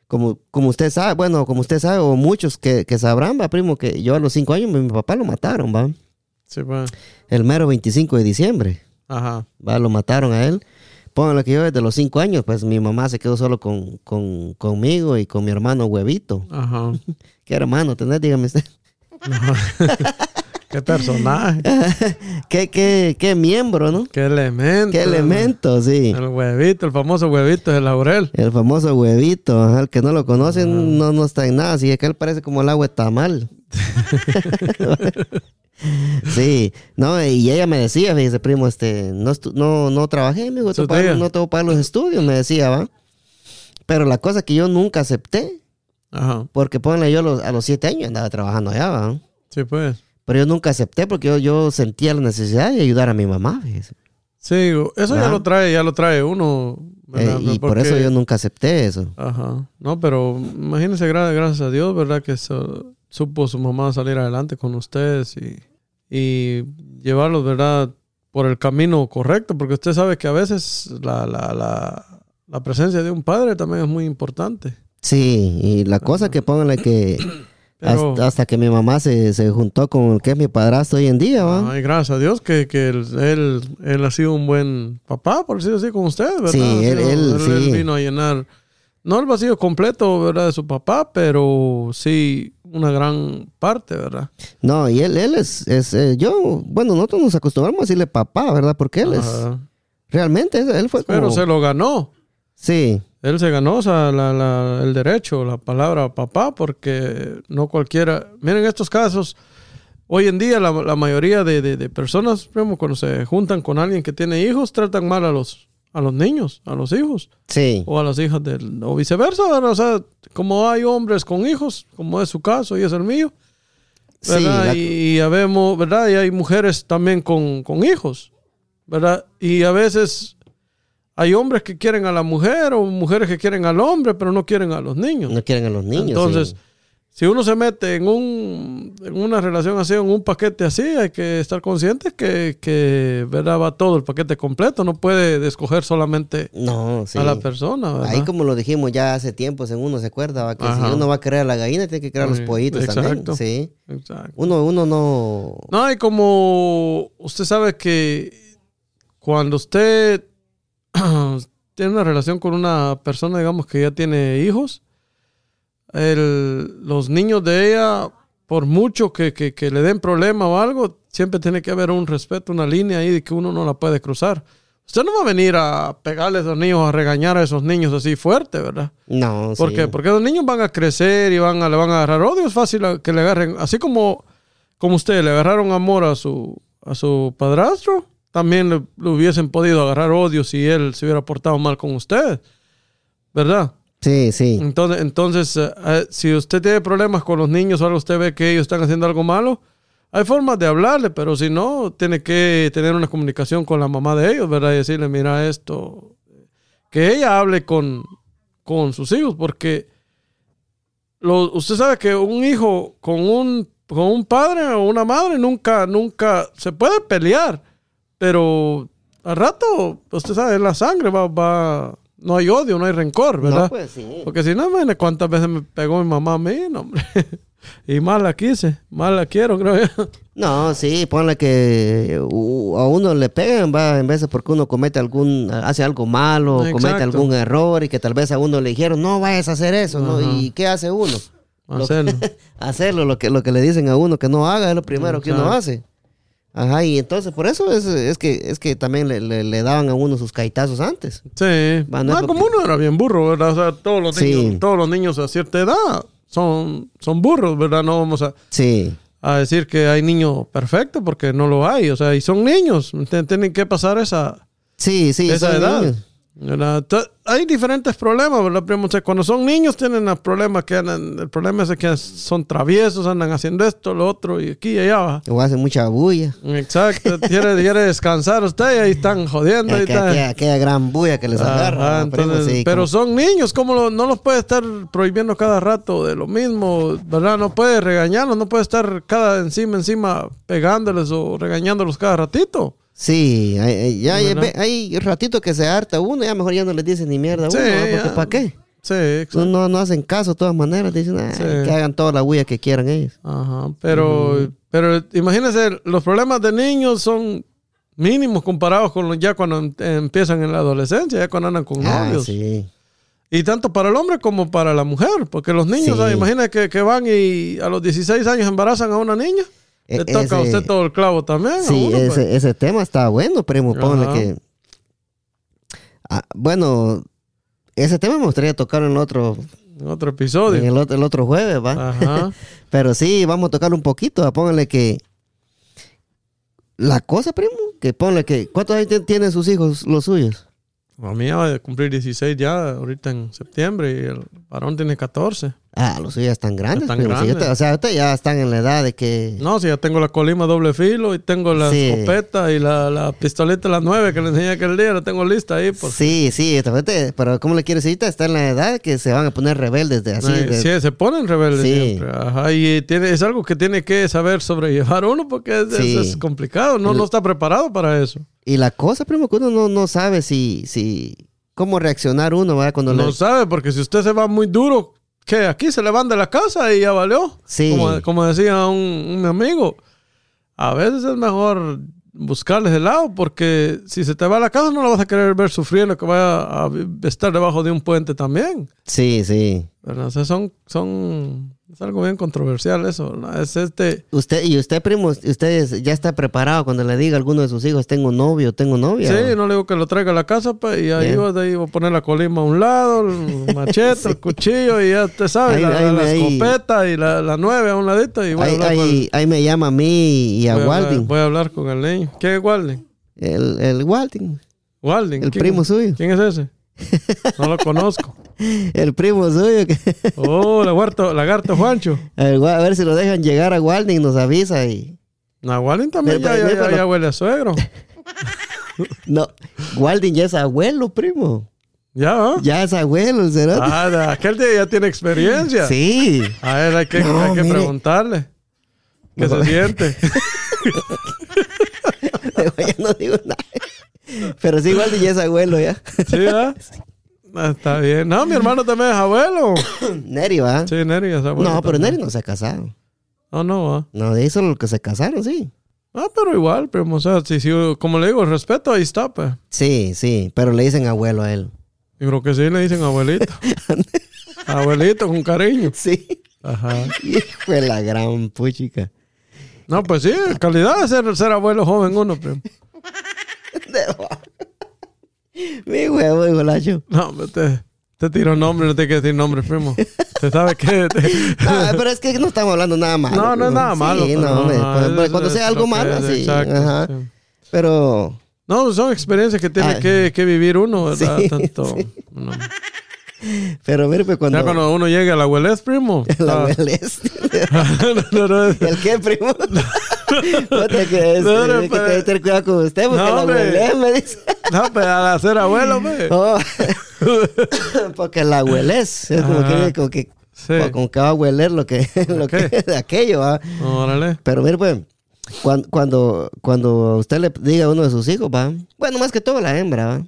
como, como usted sabe, bueno, como usted sabe, o muchos que, que sabrán, va, primo, que yo a los cinco años mi, mi papá lo mataron, va. Sí, va. el mero 25 de diciembre. Ajá. Va, lo mataron a él. Pónganlo que yo desde los cinco años, pues mi mamá se quedó solo con, con- conmigo y con mi hermano Huevito. Ajá. ¿Qué hermano tenés? Dígame usted. Qué personaje. ¿Qué, qué, qué miembro, ¿no? Qué elemento. ¿Qué elemento? Sí. El huevito, el famoso huevito de laurel. El famoso huevito, ajá, el que no lo conoce no, no está en nada, así que él parece como el agua de tamal. sí, no, y ella me decía, fíjese, primo, este, no, estu- no, no trabajé, amigo, Su te pago- tía. no tengo para los estudios, me decía, va. Pero la cosa que yo nunca acepté, Ajá. porque ponle yo a los, a los siete años andaba trabajando allá, va. Sí, pues. Pero yo nunca acepté porque yo, yo sentía la necesidad de ayudar a mi mamá, fíjese. Sí, eso ya ¿Verdad? lo trae, ya lo trae uno. ¿verdad? Eh, y por Porque- eso yo nunca acepté eso. Ajá. No, pero imagínense, gra- gracias a Dios, ¿verdad? Que su- supo su mamá salir adelante con ustedes y, y llevarlos, ¿verdad? Por el camino correcto, porque usted sabe que a veces la, la, la, la presencia de un padre también es muy importante. Sí, y la cosa que pónganle que Pero- hasta, hasta que mi mamá se, se juntó con el que es mi padrastro hoy en día, ¿va? Ay, gracias a Dios que, que él, él, él ha sido un buen papá, por decirlo así, con usted, ¿verdad? Sí, Ha él- sido- él, sí. vino a llenar, no el vacío completo, ¿verdad? De su papá, pero sí una gran parte, ¿verdad? No, y él, él es, es, eh, yo, bueno, nosotros nos acostumbramos a decirle papá, ¿verdad? Porque él es, Ajá. realmente, pues, es- él fue como... Pero se lo ganó. Sí, Él se ganó o sea, la- la- el derecho, la palabra papá, porque no cualquiera. Miren, estos casos, hoy en día la, la mayoría de, de- de personas, primo, cuando se juntan con alguien que tiene hijos, tratan mal a los, a los niños, a los hijos, sí, o a las hijas del, o viceversa. ¿verdad? O sea, como hay hombres con hijos, como es su caso y es el mío, sí, ¿verdad? la- Y, y habemos, ¿verdad? Y hay mujeres también con, con hijos, ¿verdad? Y a veces hay hombres que quieren a la mujer o mujeres que quieren al hombre, pero no quieren a los niños. no quieren a los niños. Entonces, sí. si uno se mete en, un, en una relación así, en un paquete así, hay que estar consciente que, que ¿verdad? Va todo el paquete completo, no puede escoger solamente No, sí. a la persona, ¿verdad? Ahí como lo dijimos ya hace tiempo, según uno se acuerda, ¿va? que Ajá. si uno va a crear la gallina, tiene que crear los Sí, pollitos exacto. también, sí. Exacto. Uno, uno no... No, y como usted sabe que cuando usted tiene una relación con una persona, digamos, que ya tiene hijos, el- los niños de ella, por mucho que, que- que le den problema o algo, siempre tiene que haber un respeto, una línea ahí de que uno no la puede cruzar. Usted no va a venir a pegarle a esos niños, a regañar a esos niños así fuerte, ¿verdad? No, ¿Por sí. qué? Porque los niños van a crecer y van a, le van a agarrar odio. Es fácil a- que le agarren. Así como, como ustedes le agarraron amor a su, a su padrastro, también le, le hubiesen podido agarrar odio si él se hubiera portado mal con ustedes. ¿Verdad? Sí, sí. Entonces, entonces eh, eh, si usted tiene problemas con los niños o algo, usted ve que ellos están haciendo algo malo, hay formas de hablarle, pero si no, tiene que tener una comunicación con la mamá de ellos, ¿verdad? Y decirle, mira esto, que ella hable con, con sus hijos, porque lo- usted sabe que un hijo con un, con un padre o una madre nunca, nunca se puede pelear, pero al rato, usted sabe, en la sangre va, va, no hay odio, no hay rencor, ¿verdad? No, pues sí. Porque si no, man, cuántas veces me pegó mi mamá a mí, no, hombre. Y más la quise, más la quiero, creo yo. No, sí, ponle que u- a uno le pegan, va, en veces porque uno comete algún, hace algo malo, comete Exacto. algún error y que tal vez a uno le dijeron, no vayas a hacer eso, ¿no? ¿Y qué hace uno? Hacerlo. Hacerlo, lo que, lo que le dicen a uno que no haga es lo primero que uno Exacto. hace. Ajá, y entonces por eso es, es que, es que también le, le- le daban a uno sus caitazos antes. Sí. Va, no es No, lo como uno era bien burro, ¿verdad? O sea, todos los, Sí. niños, todos los niños a cierta edad son, son burros, ¿verdad? No vamos a, Sí, a decir que hay niños perfectos porque no lo hay. O sea, y son niños. Tien- Tienen que pasar esa, sí, sí. esa son edad. niños. ¿Verdad? To- Hay diferentes problemas, ¿verdad, primo? O sea, cuando son niños tienen los problemas que andan- el problema es que son traviesos, andan haciendo esto, lo otro, y aquí y allá. ¿va? O hacen mucha bulla. Exacto, quiere, quiere descansar usted y ahí están jodiendo. ahí Aquella, están. aquella- aquella gran bulla que les Ajá, agarra. ¿no, primo? entonces, Sí, pero como- son niños, ¿cómo lo- no los puede estar prohibiendo cada rato de lo mismo? ¿Verdad? No puede regañarlos, no puede estar cada encima, encima pegándoles o regañándolos cada ratito. Sí, hay- hay- ya hay, ¿Verdad? ve- hay ratito que se harta uno, ya mejor ya no les dice ni mierda a uno, Sí, ¿ah? porque ya. ¿para qué? Sí, No, exacto. no, no hacen caso de todas maneras. Dicen "Ay, Sí. que hagan toda la huella que quieran ellos. Ajá, pero, pero imagínense, los problemas de niños son mínimos comparados con los ya cuando em- empiezan en la adolescencia, ya cuando andan con Ah, novios. sí. Y tanto para el hombre como para la mujer, porque los niños, Sí. ah, imagínense que, que van y a los 16 años embarazan a una niña, E- le toca a ese- usted todo el clavo también. a Sí, uno, pues. ese, ese tema está bueno, primo. Ajá. Ponle que. Ah, bueno, ese tema me gustaría tocar en otro, En otro episodio. en el, otro- el otro jueves, Ah. ¿va? Ajá. Pero sí, vamos a tocar un poquito. ¿va? Póngale que. La cosa, primo, que ponle que. ¿Cuántos años tien- tienen sus hijos, los suyos? La mía va a cumplir 16 ya, ahorita en septiembre, y el varón tiene 14. Ah, los suyos ya están grandes, Están primo. Sí, grandes. ahorita- o sea, ahorita ya están en la edad de que. No, si ya tengo la colima doble filo y tengo la Sí. escopeta y la, la pistoleta, la 9 que le enseñé aquel día, la tengo lista ahí. pues. Por... Sí, sí, exactamente, pero ¿cómo le quiero decir? Ahorita Está en la edad que se van a poner rebeldes de así. Eh, de- sí, se ponen rebeldes Sí. siempre. Ajá, y tiene, es algo que tiene que saber sobrellevar uno porque es, es- Sí. es complicado, no, no está preparado para eso. Y la cosa, primo, que uno no, no sabe si, si, cómo reaccionar uno, ¿verdad? Cuando No le- sabe, porque si usted se va muy duro, que aquí se le van de la casa y ya valió. Sí. Como, como decía un, un amigo, a veces es mejor buscarles el lado, porque si se te va la casa no la vas a querer ver sufriendo que vaya a vi- estar debajo de un puente también. Sí, sí. ¿verdad? O sea, son, son, es algo bien controversial eso, ¿verdad? Es este... Usted, y usted, primo, usted es- ya está preparado cuando le diga a alguno de sus hijos, tengo novio, tengo novia. Sí, no le digo que lo traiga a la casa pues, y ahí Bien. va, de ahí va a poner la colima a un lado, el machete, el cuchillo y ya te sabes, Ahí- la, ahí- la ahí- escopeta y la, la nueve a un ladito y voy a ahí, hablar, ahí- ahí me llama a mí y a con, voy a hablar- Walding. voy a hablar con el niño. ¿Quién es Walding? El, el Walding, Walding. El ¿quién- primo suyo. ¿Quién es ese? No lo conozco. el primo suyo. que- Oh, lagarto, lagarto Juancho. el Wa- a ver si lo dejan llegar a Walding, nos avisa y... No, Walding también Pero- ya, ya- pero- ya- ya huele a suegro. No, Walding ya es abuelo, primo. Ya, ¿ah? Ya es abuelo, el cerote. Ah, de aquel día ya tiene experiencia. Sí. A él hay que, No, hay que mire. preguntarle. ¿Qué se Mejor- siente? ya no digo nada. Pero sí, Walding ya es abuelo, ya. Sí, ¿verdad? Ah, Está bien. No, mi hermano también es abuelo. Neri, ¿va? Sí, Neri es abuelo. no, pero también. Neri no se ha casado. No, no, va. No, de eso los que se casaron, sí. Ah, pero igual, primo. O sea, si, si- como le digo, el respeto ahí está, pues. Sí, sí, pero le dicen abuelo a él. Yo creo que sí le dicen abuelito. abuelito, con cariño. Sí. Ajá. Hijo de la gran puchica. No, pues sí, calidad de ser, ser abuelo joven uno, primo. Mi huevo, hijo Lacho. No, hombre, te, te tiro nombre, no te que decir nombre, primo. Te sabes que... Ah, pero es que no estamos hablando nada malo. No, no es nada Sí, malo. pero no, hombre, ajá, pues, pues, es- cuando es sea lo algo que malo, es, sí. exacto, ajá. sí. Pero No, son experiencias que tiene Ah. que, que vivir uno, ¿verdad? Sí, Tanto, no. pero mire, pues cuando, Ya cuando uno llegue a la abuelez, primo. la ah. hueles. no, no, no. ¿El qué, primo? Puta que es, No, no, eh, que pero- te que tener cuidado con usted porque No, la hombre. huele, me dice. No, pero al ser abuelo, pues. Oh, porque la hueles. Es como Ajá. que, como que, Sí. como- como que va a hueler lo que, lo que Ok. de aquello. ¿va? Órale. Pero mire, pues, cuando, cuando, cuando usted le diga a uno de sus hijos, va. Bueno, más que todo la hembra, va.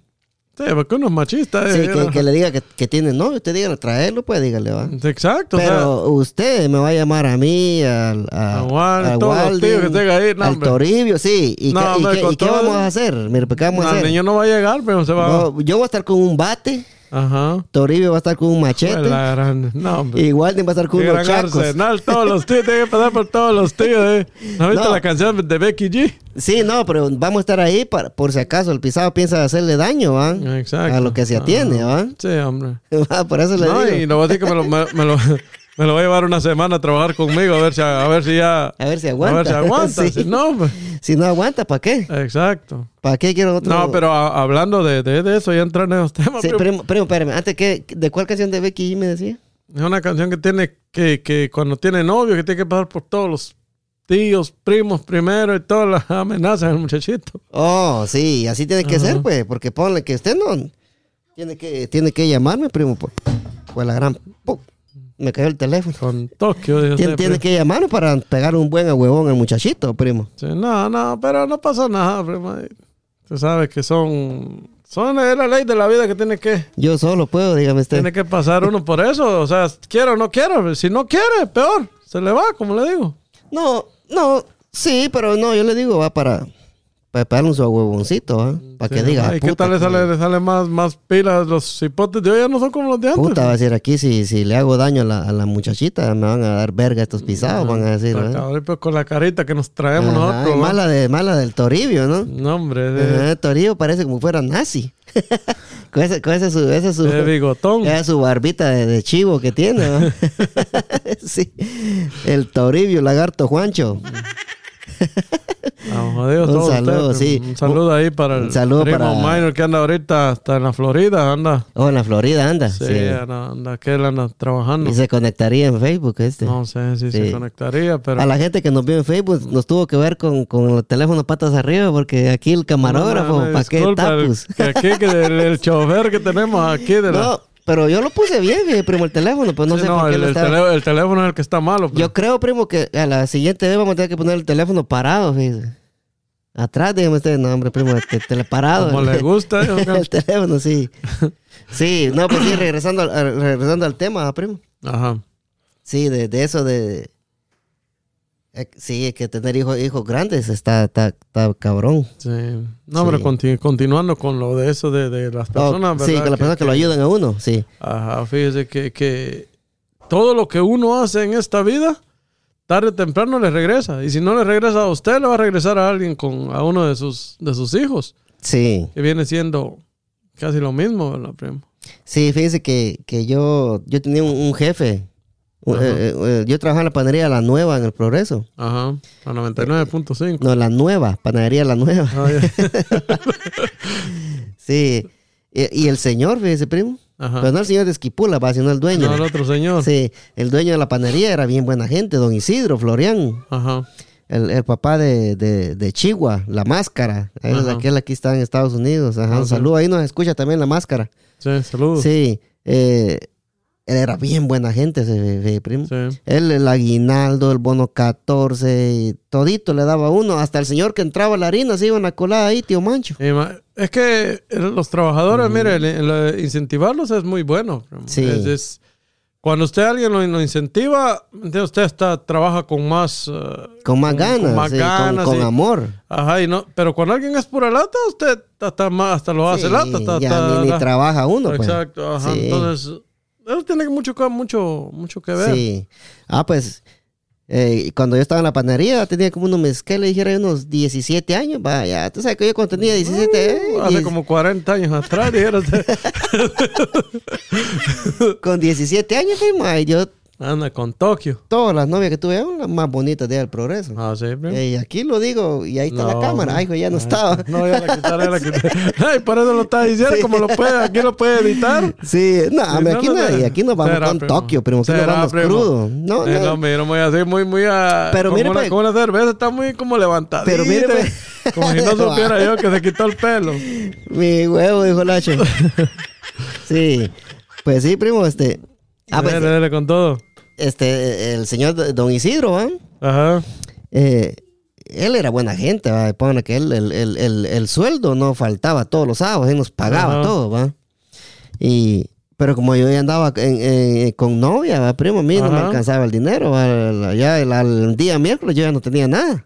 Sí, porque uno es machista. eh, Sí, que, era- que le diga que, que tiene novio, usted dígale, traerlo, pues dígale, va. Exacto. o sea, Pero usted me va a llamar a mí, al, a, A Wal- al todos los Walding, tíos que tenga ahí, no, al hombre. Toribio, sí. ¿Y, No, qué, y hombre, qué- con y qué todo- vamos a hacer? Mire, pues, ¿qué vamos a no, el hacer? niño no va a llegar, pero se va. No, yo voy a estar con un bate, Ajá. Toribio va a estar con un machete, Pues la gran- No, hombre. y Walding va a estar con Qué unos gran chacos. arsenal, todos los tíos, tiene que pasar por todos los tíos, eh. ¿No has visto No. la canción de Becky G? Sí, no, pero vamos a estar ahí para, por si acaso el pisado piensa hacerle daño, ¿va? Exacto. A lo que se atiene, ¿va? Sí, hombre. Va, por eso le No, y digo. lo voy a decir que me lo, me, me lo, me lo va a llevar una semana a trabajar conmigo, a ver si, a, ver si ya. A ver si aguanta. A ver si aguanta. Sí. si no, pues, Si no aguanta, ¿para qué? exacto. ¿Para qué quiero otro? No, pero a- hablando de, de, de eso, ya entran en los temas. Sí, primo. primo, primo, espérame, antes, ¿qué, ¿de cuál canción de Becky G me decía? Es una canción que tiene que, que cuando tiene novio, que tiene que pasar por todos los tíos, primos primero y todas las amenazas del muchachito. Oh, sí, así tiene que ser, pues, porque ponle que usted no tiene que, tiene que llamarme, primo, pues, pues la gran ¡pum! me cayó el teléfono. Con Tokio. yo Tiene, sé, tiene primo. que llamarme para pegar un buen huevón al muchachito, primo. Sí, no, no, pero no pasa nada, primo. Tú sabes que son, Son, es la ley de la vida que tiene que, Yo solo puedo, dígame usted. tiene que pasar uno por eso. O sea, quiero o no quiero. Si no quiere, peor. Se le va, como le digo. No, no, sí, pero no, yo le digo, va para, para pegarle su huevoncito, ¿ah? para que Sí, diga. ¿Y qué puta, pues, tal le sale, le sale más, más pilas? Los hipotes de hoy ya no son como los de antes. Puta, va a decir aquí, si, si le hago daño a la, a la muchachita, me van a dar verga estos pisados, van a decir. Está ¿verdad? cabrón, pues, con la carita que nos traemos Ajá, nosotros. y ¿no? mala, de, mala del toribio, ¿no? No, hombre, eh, de, Ajá, Toribio parece como fuera nazi. con ese, con ese, su, ese su, de bigotón. esa su barbita de, de chivo que tiene. ¿no? sí. El Toribio, lagarto Juancho. Ah, jodidos Un todos saludo, ustedes. sí. Un saludo ahí para el Un saludo primo para- minor que anda ahorita hasta en la Florida, anda. Oh, en la Florida anda. Sí, sí. anda, anda, que él anda trabajando. Y se conectaría en Facebook este. No sé si se Sí. conectaría, pero A la gente que nos vio en Facebook nos tuvo que ver con, con el teléfono patas arriba porque aquí el camarógrafo, No, no, ¿para qué disculpa, el- tapus? que aquí, que el, el chofer que tenemos aquí de la- No, pero yo lo puse bien, fíjate, primo, el teléfono, pues no Sí, sé no, por qué el, lo el estaba- teléfono, el teléfono es el que está malo. pues. Yo creo, primo, que a la siguiente vez vamos a tener que poner el teléfono parado, fíjate. Atrás, dígame usted, no, hombre, primo, te, tele- parado. Como le gusta, yo creo. el teléfono, sí. Sí, no, pues sí, regresando, al- al- regresando al tema, ah, primo. Ajá. Sí, de, de eso de... eh, Sí, es que tener hijos, hijos grandes está, está, está cabrón. Sí. No, pero Sí. conti- continuando con lo de eso de, de las Oh, personas, ¿verdad? sí, con las personas que, lo ayudan a uno, sí. Ajá, fíjese que, que todo lo que uno hace en esta vida, tarde o temprano le regresa. Y si no le regresa a usted, le va a regresar a alguien con, a uno de sus, de sus hijos, Sí. que viene siendo casi lo mismo, ¿verdad, primo? Sí, fíjense que, que yo, yo tenía un, un jefe. Un- Ajá. eh, eh, yo trabajaba en la panadería La Nueva en el Progreso. Ajá, Eh, a 99.5. No, La Nueva, panadería La Nueva. Ah, ya. Sí. Y, y el señor, fíjese, primo. Ajá. Pero no el señor de Esquipula, va, sino el dueño. No, el otro señor. Sí, el dueño de la panadería era bien buena gente, don Isidro Florián. Ajá. El, el papá de, de, de Chihuahua, la máscara. Él es Ajá. aquel aquí está en Estados Unidos. Ajá, Ajá. un saludo. Ahí nos escucha también la máscara. Sí, saludos. Sí, eh, él era bien buena gente, ese, fe- fe- primo. Sí. Él, el aguinaldo, el bono 14, y todito le daba a uno. Hasta el señor que entraba a la harina se iba en la colada ahí, tío Mancho. Y ma- Es que los trabajadores, mire, el- el- incentivarlos es muy bueno. primo. Sí. Es- es- cuando usted a alguien lo, lo incentiva, entonces usted está, trabaja con más... eh, Con más ganas, Con más sí, con- ganas, con, sí. amor. Ajá, y no, pero cuando alguien es pura lata, usted hasta, más, hasta lo hace Sí, lata. Hasta, ya hasta- ni, ni ajá. trabaja uno, pues. Exacto, ajá. Sí. Entonces, eso tiene mucho, que- mucho, mucho que ver. Sí. Ah, pues, eh, cuando yo estaba en la panadería, tenía como unos mezqueles, dijera, unos 17 años. Vaya, tú sabes que yo cuando tenía 17, eh, Uh, Hace diez- como 40 años atrás, dijera usted. con 17 años, primo, ay, yo, Anda, con Tokio. todas las novias que tuve, eran las más bonitas de del progreso. Ah, sí, primo. Eh, Y aquí lo digo, y ahí está No, la cámara. Ay, güey, ya no estaba. No, ya la quitaron, ya la quitaron. Ay, por eso lo está diciendo, como lo puede, aquí lo puede editar. Sí, no, Ah, hombre, aquí, no, no- no, y aquí nos vamos será, con primo. Tokio, primo. Aquí nos Será, vamos primo. crudo. No, Eh, no. hombre, yo no me voy a hacer muy, muy a. Pero como mire, una, pues- como una cerveza está muy como levantadita. Pero mire, pues- Como si no supiera yo que se quitó el pelo. Mi huevo, dijo Lacho. sí. Pues sí, primo, este. Ah, pues, dele, dele con todo. este, el señor Don Isidro, ¿ah? Ajá. Eh, él era buena gente, ¿va? Ponle que él, el, el- el- el sueldo no faltaba todos los sábados, él nos pagaba Ajá. todo, ¿va? Y, pero como yo ya andaba en- en- con novia, ¿va? primo, a mí no me Ajá. alcanzaba el dinero, ¿va? La- ya el, al día miércoles yo ya no tenía nada.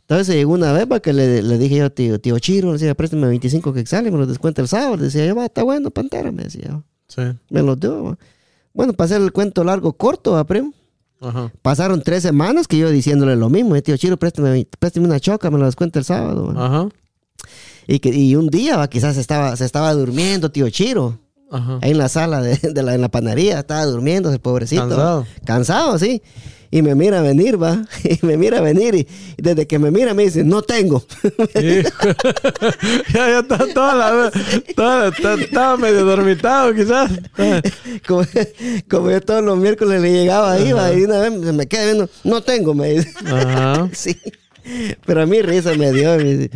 Entonces llegó una vez para que le, le dije yo, tío, tío Chiro, le decía, préstame 25 que sale, me los descuenta el sábado. Le decía, yo, va, está bueno, pantera, me decía, yo. Sí. me los dio. ¿va? Bueno, para hacer el cuento largo, corto, ¿va, primo. Ajá. Pasaron tres semanas que yo diciéndole lo mismo. eh, tío Chiro, préstame, préstame una choca, me lo descuenta el sábado. man. Ajá. Y, que, y un día, va, quizás estaba, se estaba durmiendo, tío Chiro. Ajá. Ahí en la sala, de, de la, en la panadería, estaba durmiendo el pobrecito. Cansado. Cansado, sí. Y me mira venir, va. Y me mira venir. Y, y desde que me mira me dice, no tengo. Hijo. ya, ya está toda la. Toda, está- estaba medio dormitado, quizás. como, como yo todos los miércoles le llegaba ahí, va. Y una vez se me queda viendo, no tengo, me dice. Ah. Ajá. Sí. Pero a mí risa me dio. me dice-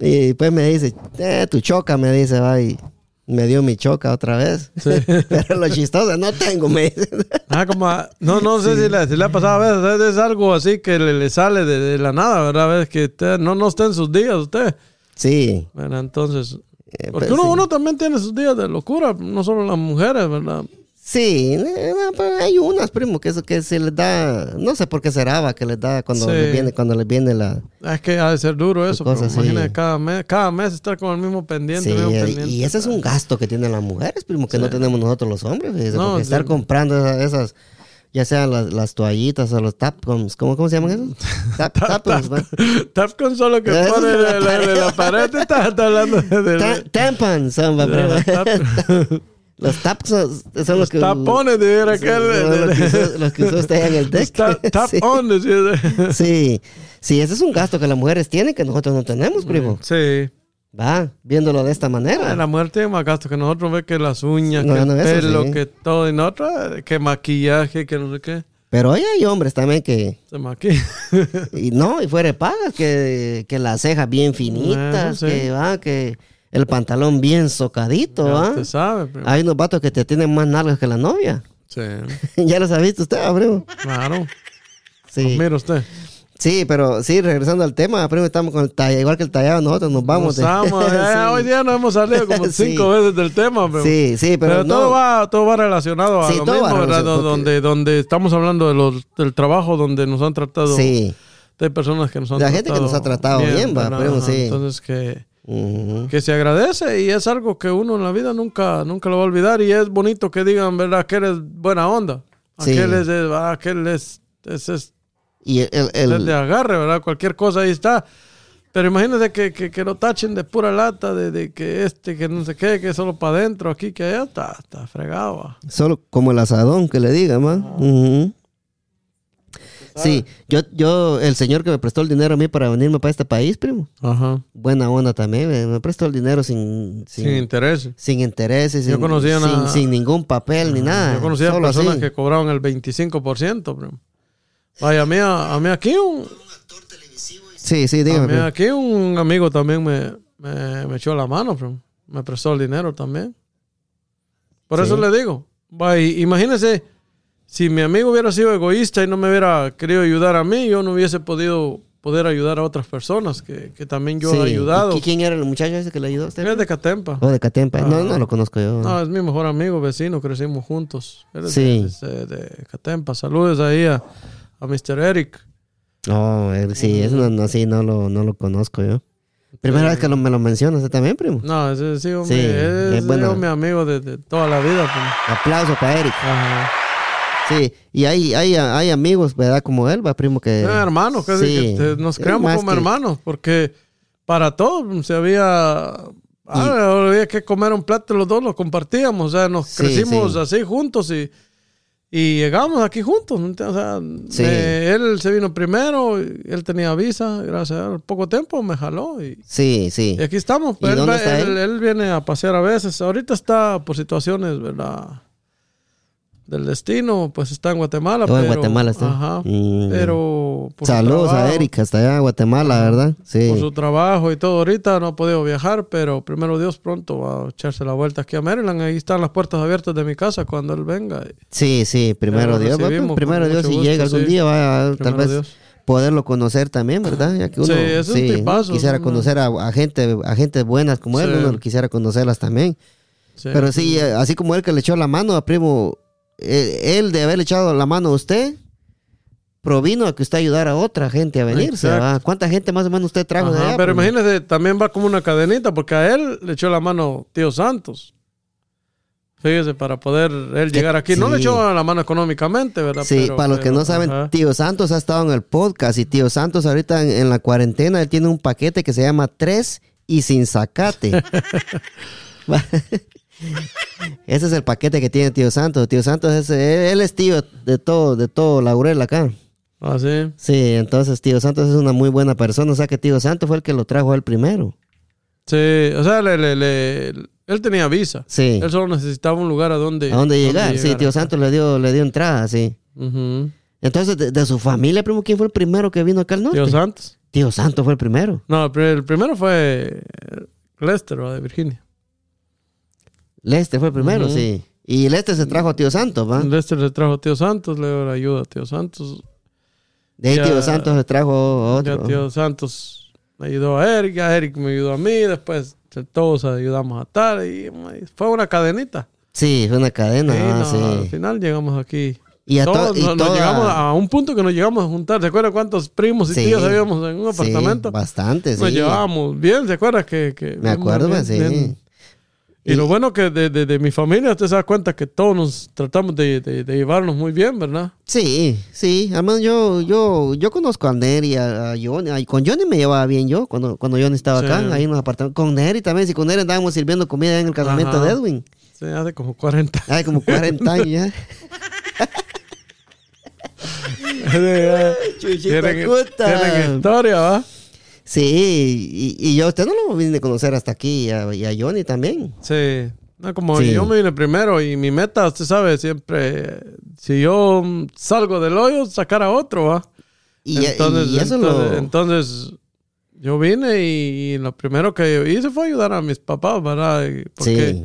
Y después me dice, eh, tu choca, me dice, va. Y me dio mi choca otra vez. Pero lo chistoso, no tengo, me dice. Ah, como a- no, no sé si, le, si le ha pasado a veces, es- es algo así que le, le sale de, de la nada, ¿verdad? A veces que usted no, no está en sus días, usted. Sí. Bueno, entonces, Eh, Porque pero uno, sí. uno también tiene sus días de locura, no solo las mujeres, ¿verdad? Sí, eh, no, pero hay unas, primo, que, eso, que se les da, no sé por qué será, va, que les da cuando Sí. les viene, cuando les viene la... Es que ha de ser duro eso, pero Pues cosas así. imagínate cada mes, cada mes estar con el mismo pendiente, Sí, mismo y- pendiente. y ese es un gasto que tienen las mujeres, primo, que no tenemos nosotros los hombres, fíjese, No, porque sí. estar comprando esa- esas, ya sean las, las toallitas o los tapcoms, ¿cómo, ¿cómo se llaman esos? Tap, tapcoms, va. Tap con solo que pues, Eso pone es la de la, de la pared, te estás hablando de, de- Ta- tampons son, va, de primo. la tap- Los taps son, son los que... tapones, de ver aquel. son los, que usó, los que usó usted en el deck. Tap, tap sí. on, decía. sí, sí, ese es un gasto que las mujeres tienen que nosotros no tenemos, primo. Sí. Va, viéndolo de esta manera. Ah, La mujer tiene más gastos que nosotros, ve que las uñas, No, que no, el eso pelo, sí. que todo, y nosotros, eh, que maquillaje, que no sé qué. Pero hoy hay hombres también que. Se maquilla. Y no, y fuera de pagas, que, que las cejas bien finitas, Eso sí. que va, que el pantalón bien socadito, va. Ah. Usted sabe, primo. Hay unos vatos que te tienen más nalgas que la novia. Sí, ya los ha visto usted, va, primo. claro. Sí. Mira usted. sí, pero sí, regresando al tema, primo, estamos con el talla, igual que el tallado, nosotros nos vamos. Nos amo, eh, Hoy de... día nos hemos salido como Sí. cinco veces del tema, pero. sí, sí, pero, no. todo, va, todo va relacionado a Sí, lo todo va mismo, ¿verdad? relacionado, porque- Donde, donde estamos hablando de los- del trabajo, donde nos han tratado. Sí. De personas que nos han La gente tratado. que nos ha tratado bien, va, ¿verdad? primo, Ajá, sí. Entonces que. Ujú. que se agradece y es algo que uno en la vida nunca, nunca lo va a olvidar y es bonito que digan, ¿verdad? Que eres buena onda. Sí. Aquel es, de- ah, aquel es, es, es- Y el, el- es de agarre, ¿verdad? Cualquier cosa ahí está. Pero imagínate que, que, que lo tachen de pura lata, de, de que este, que no sé qué, que solo para adentro, aquí, que allá, está, está fregado. ah. va. Solo como el asadón que le diga, más. Pues, Sí, ah. yo, yo, el señor que me prestó el dinero a mí para venirme para este país, primo. Ajá. Buena onda también, me, me prestó el dinero sin, sin, Sin interés. sin intereses, Yo sin, conocí a una- sin, sin ningún papel ni nada. Yo conocía Ah, solo personas así. que cobraban el 25%, primo. Vaya, a mí, a, a mí aquí un, Sí, sí, dígame. También primo. Ah, aquí un amigo también me, me, me echó la mano, primo. me prestó el dinero también. Por eso Sí. le digo, va, y imagínese, si mi amigo hubiera sido egoísta y no me hubiera querido ayudar a mí, yo no hubiese podido poder ayudar a otras personas que, que también yo Sí. he ayudado. ¿Y quién era el muchacho ese que le ayudó a usted? Él es de Catempa. Oh, de Catempa. No, no lo conozco yo. Ah. No, es mi mejor amigo, vecino, crecimos juntos. Él es Sí. de, de- de Catempa. Saludos ahí a, a Mr. Eric. No, él sí, es una- no, sí, no lo, no lo conozco yo. Primera vez que lo- me lo mencionas ¿eh? también, primo. No, ese sí, hombre, Sí, ese es sí, bueno. mi amigo de, de toda la vida. primo. Aplauso para Eric. Ajá. Sí, y hay, hay, hay amigos, ¿verdad? Como él, va, primo, que... Eran Eh, hermanos, casi Este, Sí, que te- nos es creamos más como que- hermanos, porque para todo se había. ah, había que comer un plato, los dos lo compartíamos, o sea, nos Sí, crecimos sí. así juntos y, y llegamos aquí juntos. ¿me entiendes? O sea, Sí. me- él se vino primero, y él tenía visa, gracias a él, poco tiempo me jaló y, Sí, sí. y aquí estamos. ¿Y pues, él, dónde va- está él- él? él viene a pasear a veces, ahorita está por situaciones, ¿verdad? Del destino, pues está en Guatemala. Oh, en pero- Guatemala está. Ajá. Mm. Pero. por su Saludos a trabajo- Eric, eh. hasta allá, Guatemala, ¿verdad? Por Sí. su trabajo y todo, ahorita no ha podido viajar, pero primero Dios pronto va a echarse la vuelta aquí a Maryland. Ahí están las puertas abiertas de mi casa cuando él venga. Sí, sí, Ya primero lo Dios. va, recibimos, primero con Dios, mucho si gusto, llega algún sí. día, va a- tal Primero vez Dios. poderlo conocer también, ¿verdad? Ya que uno Sí, es un sí, tipazo, quisiera ¿no? conocer a, a gente a gente buenas como él, Sí. uno quisiera conocerlas también. Sí. Pero sí, eh, así como él que le echó la mano a primo, eh, él de haber echado la mano a usted, provino a que usted ayudara a otra gente a venirse. Exacto. ¿verdad? ¿Cuánta gente más o menos usted trajo de Ajá, allá? Pues, pero primo? imagínese, también va como una cadenita, porque a él le echó la mano Tío Santos. Fíjese, para poder él llegar aquí. No le sí. echó la mano económicamente, ¿verdad? Sí, Pero- para los que pero, no saben, ajá. Tío Santos ha estado en el podcast y Tío Santos ahorita en, en la cuarentena, él tiene un paquete que se llama Tres y sin sacate. Va. Ese es el paquete que tiene Tío Santos. Tío Santos es, él, él es tío de todo, de todo Laurel acá. Ah, sí. Sí, entonces Tío Santos es una muy buena persona, o sea que Tío Santos fue el que lo trajo al primero. Sí, o sea, le, le- le- él tenía visa. Sí. Él solo necesitaba un lugar a donde, ¿A dónde donde llegar? Sí, Tío Santos le dio, le dio entrada, sí. Ujú. Entonces, de, de su familia, primo, ¿quién fue el primero que vino acá al norte? Tío Santos. Tío Santos fue el primero. No, el pri- el primero fue eh, Lester, ¿verdad? de Virginia. Lester fue el primero, Ujú. sí. Y Lester se trajo a Tío Santos, ¿va? Lester le trajo a Tío Santos, le dio la ayuda a Tío Santos. De ahí Ya- Tío Santos le trajo a Ya otro. Tío Santos Me ayudó a Eric, ya Eric me ayudó a mí, después todos ayudamos a tal y mae, fue una cadenita. Sí, fue una cadena. Sí, ah, no, Al sí. final llegamos aquí. Y a to- todos y nos, nos toda- llegamos a un punto que nos llegamos a juntar. ¿Se acuerdan cuántos primos y Sí. tíos habíamos en un Sí, apartamento? bastante, Nos sí. llevábamos bien, ¿se acuerdan? Que, que- Me acuerdo, bien, pues, sí. bien. Y, Y- lo bueno que de, de- de mi familia, usted se da cuenta que todos nos tratamos de, de- de llevarnos muy bien, ¿verdad? Sí, sí. Además, yo, yo, yo conozco a Neri, a, a Johnny. Ay, con Johnny me llevaba bien yo, cuando, cuando Johnny estaba Sí. acá, ahí en los apartamentos. Con Neri también, si con Neri andábamos sirviendo comida en el casamiento Ajá. de Edwin. Se hace como 40 Ay, como 40 años ya. Chuchita tienen, cuta. tienen historia, ¿va? Sí, y, y yo a usted no lo vine a conocer hasta aquí, y a, y a Johnny también. Sí. No, como Sí. yo me vine primero y mi meta, usted sabe, siempre, eh, si yo mm, salgo del hoyo, sacar a otro, ¿va? Y, y eso entonces, lo... entonces, yo vine y, y lo primero que yo hice fue ayudar a mis papás, ¿verdad? Y- Porque sí,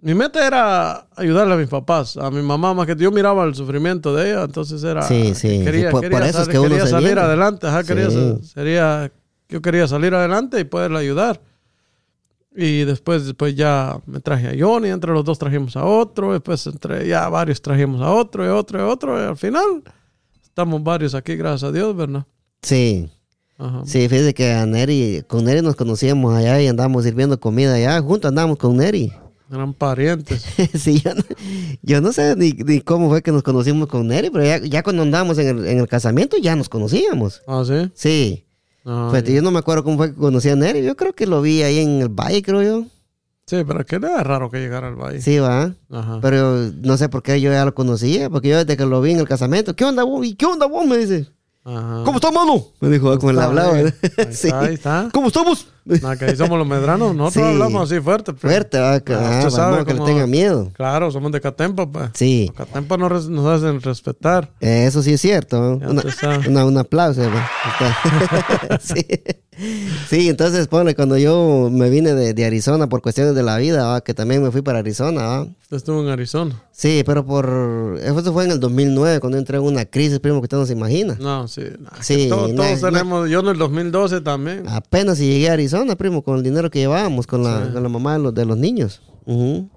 mi meta era ayudarle a mis papás, a mi mamá, más que yo miraba el sufrimiento de ella, entonces era... Sí, sí, Quería, sí, por- por quería eso es sal- que uno quería se salir viene. adelante, ajá, quería Sí. sa- sería, yo quería salir adelante y poderle ayudar. Y después, después ya me traje a Johnny, entre los dos trajimos a otro, después entre ya varios trajimos a otro y otro y otro, y al final estamos varios aquí, gracias a Dios, ¿verdad? sí. Ajá. Sí, fíjese que a Neri, con Neri nos conocíamos allá y andábamos sirviendo comida allá, juntos andábamos con Neri. Eran parientes. sí, yo no, yo no sé ni, ni cómo fue que nos conocimos con Neri, pero ya, ya cuando andábamos en el, en el casamiento ya nos conocíamos. ¿Ah, sí? Sí, Ah, Fíjate, yo no me acuerdo cómo fue que conocí a Neri, yo creo que lo vi ahí en el valle, creo yo. sí, pero que era raro que llegara al valle. Sí, va. Ajá. Pero no sé por qué yo ya lo conocía, porque yo desde que lo vi en el casamiento, ¿qué onda vos? ¿Y qué onda vos? Me dice, Ajá. ¿cómo estás, mano? Me dijo, con el está, hablado. ahí? ¿verdad? Ahí Sí. está, ahí está. ¿Cómo estamos? Nah, que ahí somos los medranos, nosotros Sí. hablamos así fuerte. pero- Fuerte, va, que, Ah, ah, usted sabe vamos, que le cómo- tenga miedo. Claro, somos de Catempa, pues. Sí, Los Catempa nos, res- nos hacen respetar. eh, eso sí es cierto. Ya Una- usted sabe. una- un aplauso. va. Está- sí. Sí, entonces, ponle, cuando yo me vine de, de Arizona por cuestiones de la vida, va, que también me fui para Arizona, va. Usted estuvo en Arizona. Sí, pero por... Eso fue en el 2009, cuando entré en una crisis, primo, que usted no se imagina. No, sí. nah, que Sí, Ah. to- nah, todos nah. tenemos. Yo en el 2012 también. Apenas si llegué a Arizona, primo, con el dinero que llevábamos, con la, con la mamá de los, de los niños. Ujú.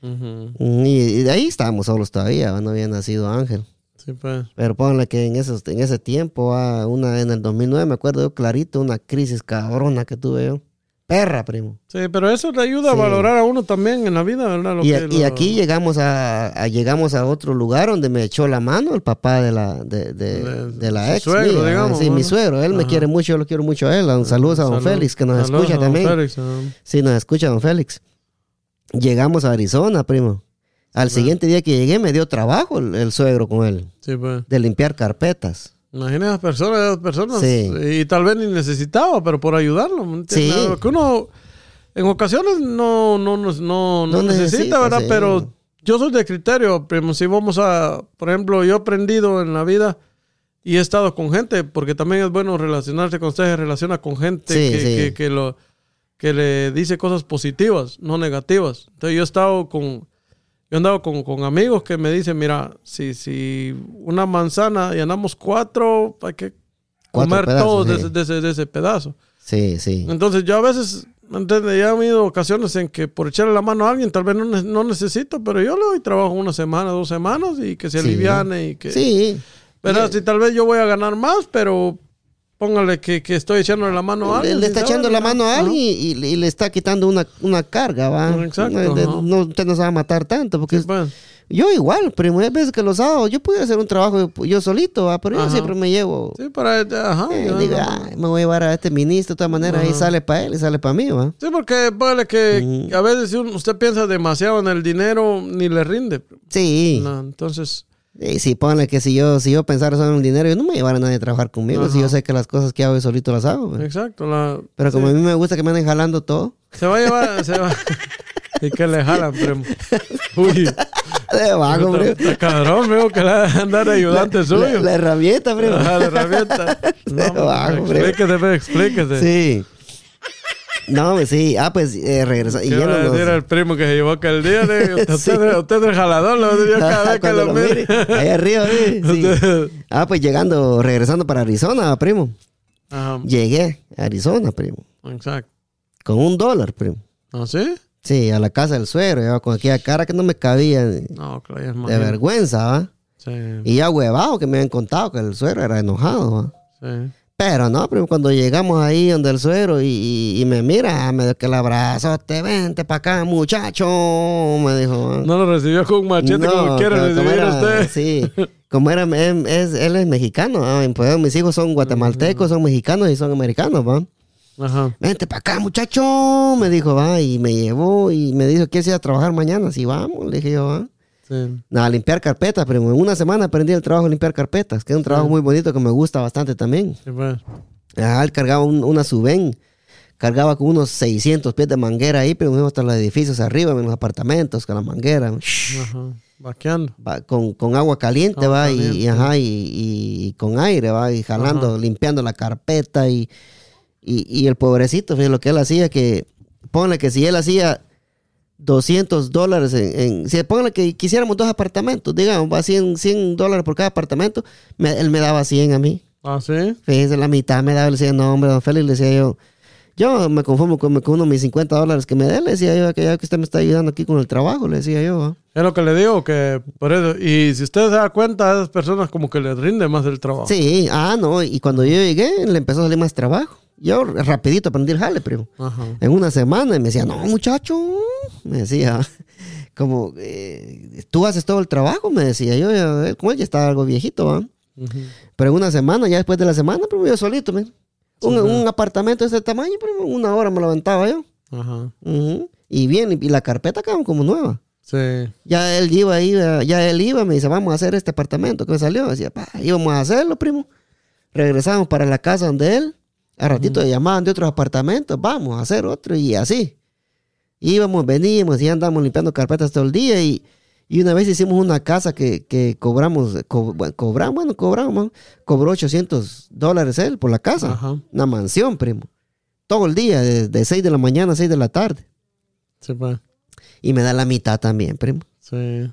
Ujú. y, y de ahí estábamos solos todavía, va, no había nacido Ángel. Sí, pues. Pero ponle que en, esos, en ese tiempo, ah, una, en el 2009, me acuerdo yo clarito, una crisis cabrona que tuve yo. Perra, primo. Sí, pero eso le ayuda Sí. a valorar a uno también en la vida, ¿verdad? Lo Y, que y lo- aquí llegamos a, a- llegamos a otro lugar donde me echó la mano el papá de la, de, de- De- de la su ex. suegro, mía, ah, digamos, sí, mi bueno. suegro. Él me Ajá. quiere mucho, yo lo quiero mucho a él. Un saludo pues, a don Salud. Félix, que nos Saludos a escucha don también. Félix, ah. Sí, nos escucha don Félix. Llegamos a Arizona, primo. Al siguiente día que llegué me dio trabajo el, el suegro con él, Sí, pues. de limpiar carpetas. Imagina esas personas, esas personas. Sí. Y tal vez ni necesitaba, pero por ayudarlo. ¿me entiendes? Sí. Algo Que uno en ocasiones no, no, no, No no, no necesita, necesita, ¿verdad? sí. Pero yo soy de criterio, primo. Si vamos a, por ejemplo, yo he aprendido en la vida y he estado con gente, porque también es bueno relacionarse con ustedes, se relaciona con gente Sí, que, sí. que- que lo, que le dice cosas positivas, no negativas. Entonces yo he estado con... Yo he andado con, con amigos que me dicen, mira, si, si una manzana y andamos cuatro, hay que Cuatro comer pedazos, todos de, sí. ese, de ese- de ese pedazo. Sí, sí. Entonces yo a veces, ¿me entiendes? Ya he habido ocasiones en que por echarle la mano a alguien, tal vez no, ne- no necesito, pero yo le doy trabajo una semana, dos semanas y que se Sí. aliviane y que... Sí. Pero si tal vez yo voy a ganar más, pero póngale que, que estoy echándole la mano a Le, alguien. le está ¿sabes? echando la mano a Ajá. alguien y, y le está quitando una, una carga, ¿va? Exacto, No, de- ajá. no, usted no se va a matar tanto, porque Sí, pues. yo igual, primo, hay veces que los sábados yo pudiera hacer un trabajo yo, yo solito, ¿va? Pero yo Ajá. siempre me llevo. Sí, para... Ajá. eh, yo- digo, "Ay, me voy a llevar a este ministro de todas maneras, ahí sale para él y sale para mí, ¿va? Sí, porque vale que Mm. que a veces si un- usted piensa demasiado en el dinero, ni le rinde. Sí. No, entonces, Y si ponle que si yo, si yo pensara solo en el dinero, yo no me llevara a nadie a trabajar conmigo, si yo sé que las cosas que hago yo solito las hago, ¿va? exacto, la- Ah. Pero como a mí me gusta que me anden jalando todo, se va a llevar, se va. Y que le jalan, primo. Uy, de vago, está, primo. está cabrón, primo, que le va a andar ayudante Ah, La, suyo. la herramienta, primo. Ajá, la herramienta. No, bajo, hombre, primo. explíquese, ve, explíquese. Sí. No, pues sí. Ah, pues eh, regresa. Y ¿Qué va a yéndonos. decir al primo que se llevó aquel día? Le digo, Usted, Sí. usted es el jalador, le voy a decir yo cada vez que Cuando lo mire. Ahí arriba, sí. Sí. Ah, pues llegando, regresando para Arizona, primo. Ajá, Llegué a Arizona, primo. exacto. Con un dólar, primo. ¿Ah, sí? Sí, a la casa del suegro, ya, con aquella cara que no me cabía de No, claro, ya es de más. vergüenza, ¿va? Sí, Y ya huevado que me habían contado que el suegro era enojado, ¿va? sí. Pero no, primo, cuando llegamos ahí donde el suegro y, y- y me mira, me dio que el abrazo, te vente para acá, muchacho, me dijo. ¿va? No lo recibió con machete No, como quiere pero como recibir era- usted. Sí, como era, em, es, él es mexicano, ah, y pues mis hijos son guatemaltecos, son mexicanos y son americanos, ¿va? Ajá. Vente para acá, muchacho, me dijo, va, y me llevó y me dijo, ¿quieres ir a trabajar mañana? Sí, vamos, le dije yo, va. Sí. A limpiar carpetas, pero en una semana aprendí el trabajo de limpiar carpetas, que es un trabajo muy bonito que me gusta bastante también. Sí, pues. Ah, él cargaba un- una suben, cargaba con unos 600 pies de manguera ahí, pero nos íbamos hasta los edificios arriba, en los apartamentos, con la manguera. Ajá. Vaqueando. va, con, con agua caliente, Agua va, y- Y, caliente. ajá, y, y con aire, va, y jalando, limpiando la carpeta, y, y, y el pobrecito, fíjate, lo que él hacía, que, ponle que si él hacía 200 dólares, en, en- si ponle que quisiéramos dos apartamentos, digamos, va, 100, 100 dólares por cada apartamento, me- él me daba 100 a mí. Ah, sí. Fíjese, la mitad me daba, le decía, no, hombre, don Félix, le decía yo, yo me conformo con, con uno de mis 50 dólares que me dé, le decía yo, que ya que usted me está ayudando aquí con el trabajo, le decía yo, ¿va? Es lo que le digo, que por eso. Y si usted se da cuenta, a esas personas como que les rinde más el trabajo. Sí, ah, no, y cuando yo llegué le empezó a salir más trabajo. Yo rapidito aprendí el jale, primo. Ajá. En una semana y me decía, no, muchacho, me decía, como, eh, tú haces todo el trabajo, me decía. Yo, ya, él, como él ya estaba algo viejito, ¿va? Ujú. Pero en una semana, ya después de la semana, primo, yo solito, men. Un, un apartamento de ese tamaño, primo, una hora me lo aventaba yo. Ajá. Ujú. Y bien, y, y la carpeta quedaba como nueva. Sí. Ya él iba, ahí, ya él iba, me dice, vamos a hacer este apartamento que me salió. Decía, pa, íbamos a hacerlo, primo. Regresamos para la casa donde él. A ratito llamaban de otros apartamentos, vamos a hacer otro y así. Íbamos, veníamos y andamos limpiando carpetas todo el día y, y una vez hicimos una casa que, que cobramos, co- bueno, cobramos, bueno, cobramos, man. cobró 800 dólares él por la casa. Ajá. Una mansión, primo. Todo el día, de, de 6 de la mañana a 6 de la tarde. Sí, pues. Y me da la mitad también, primo. Sí.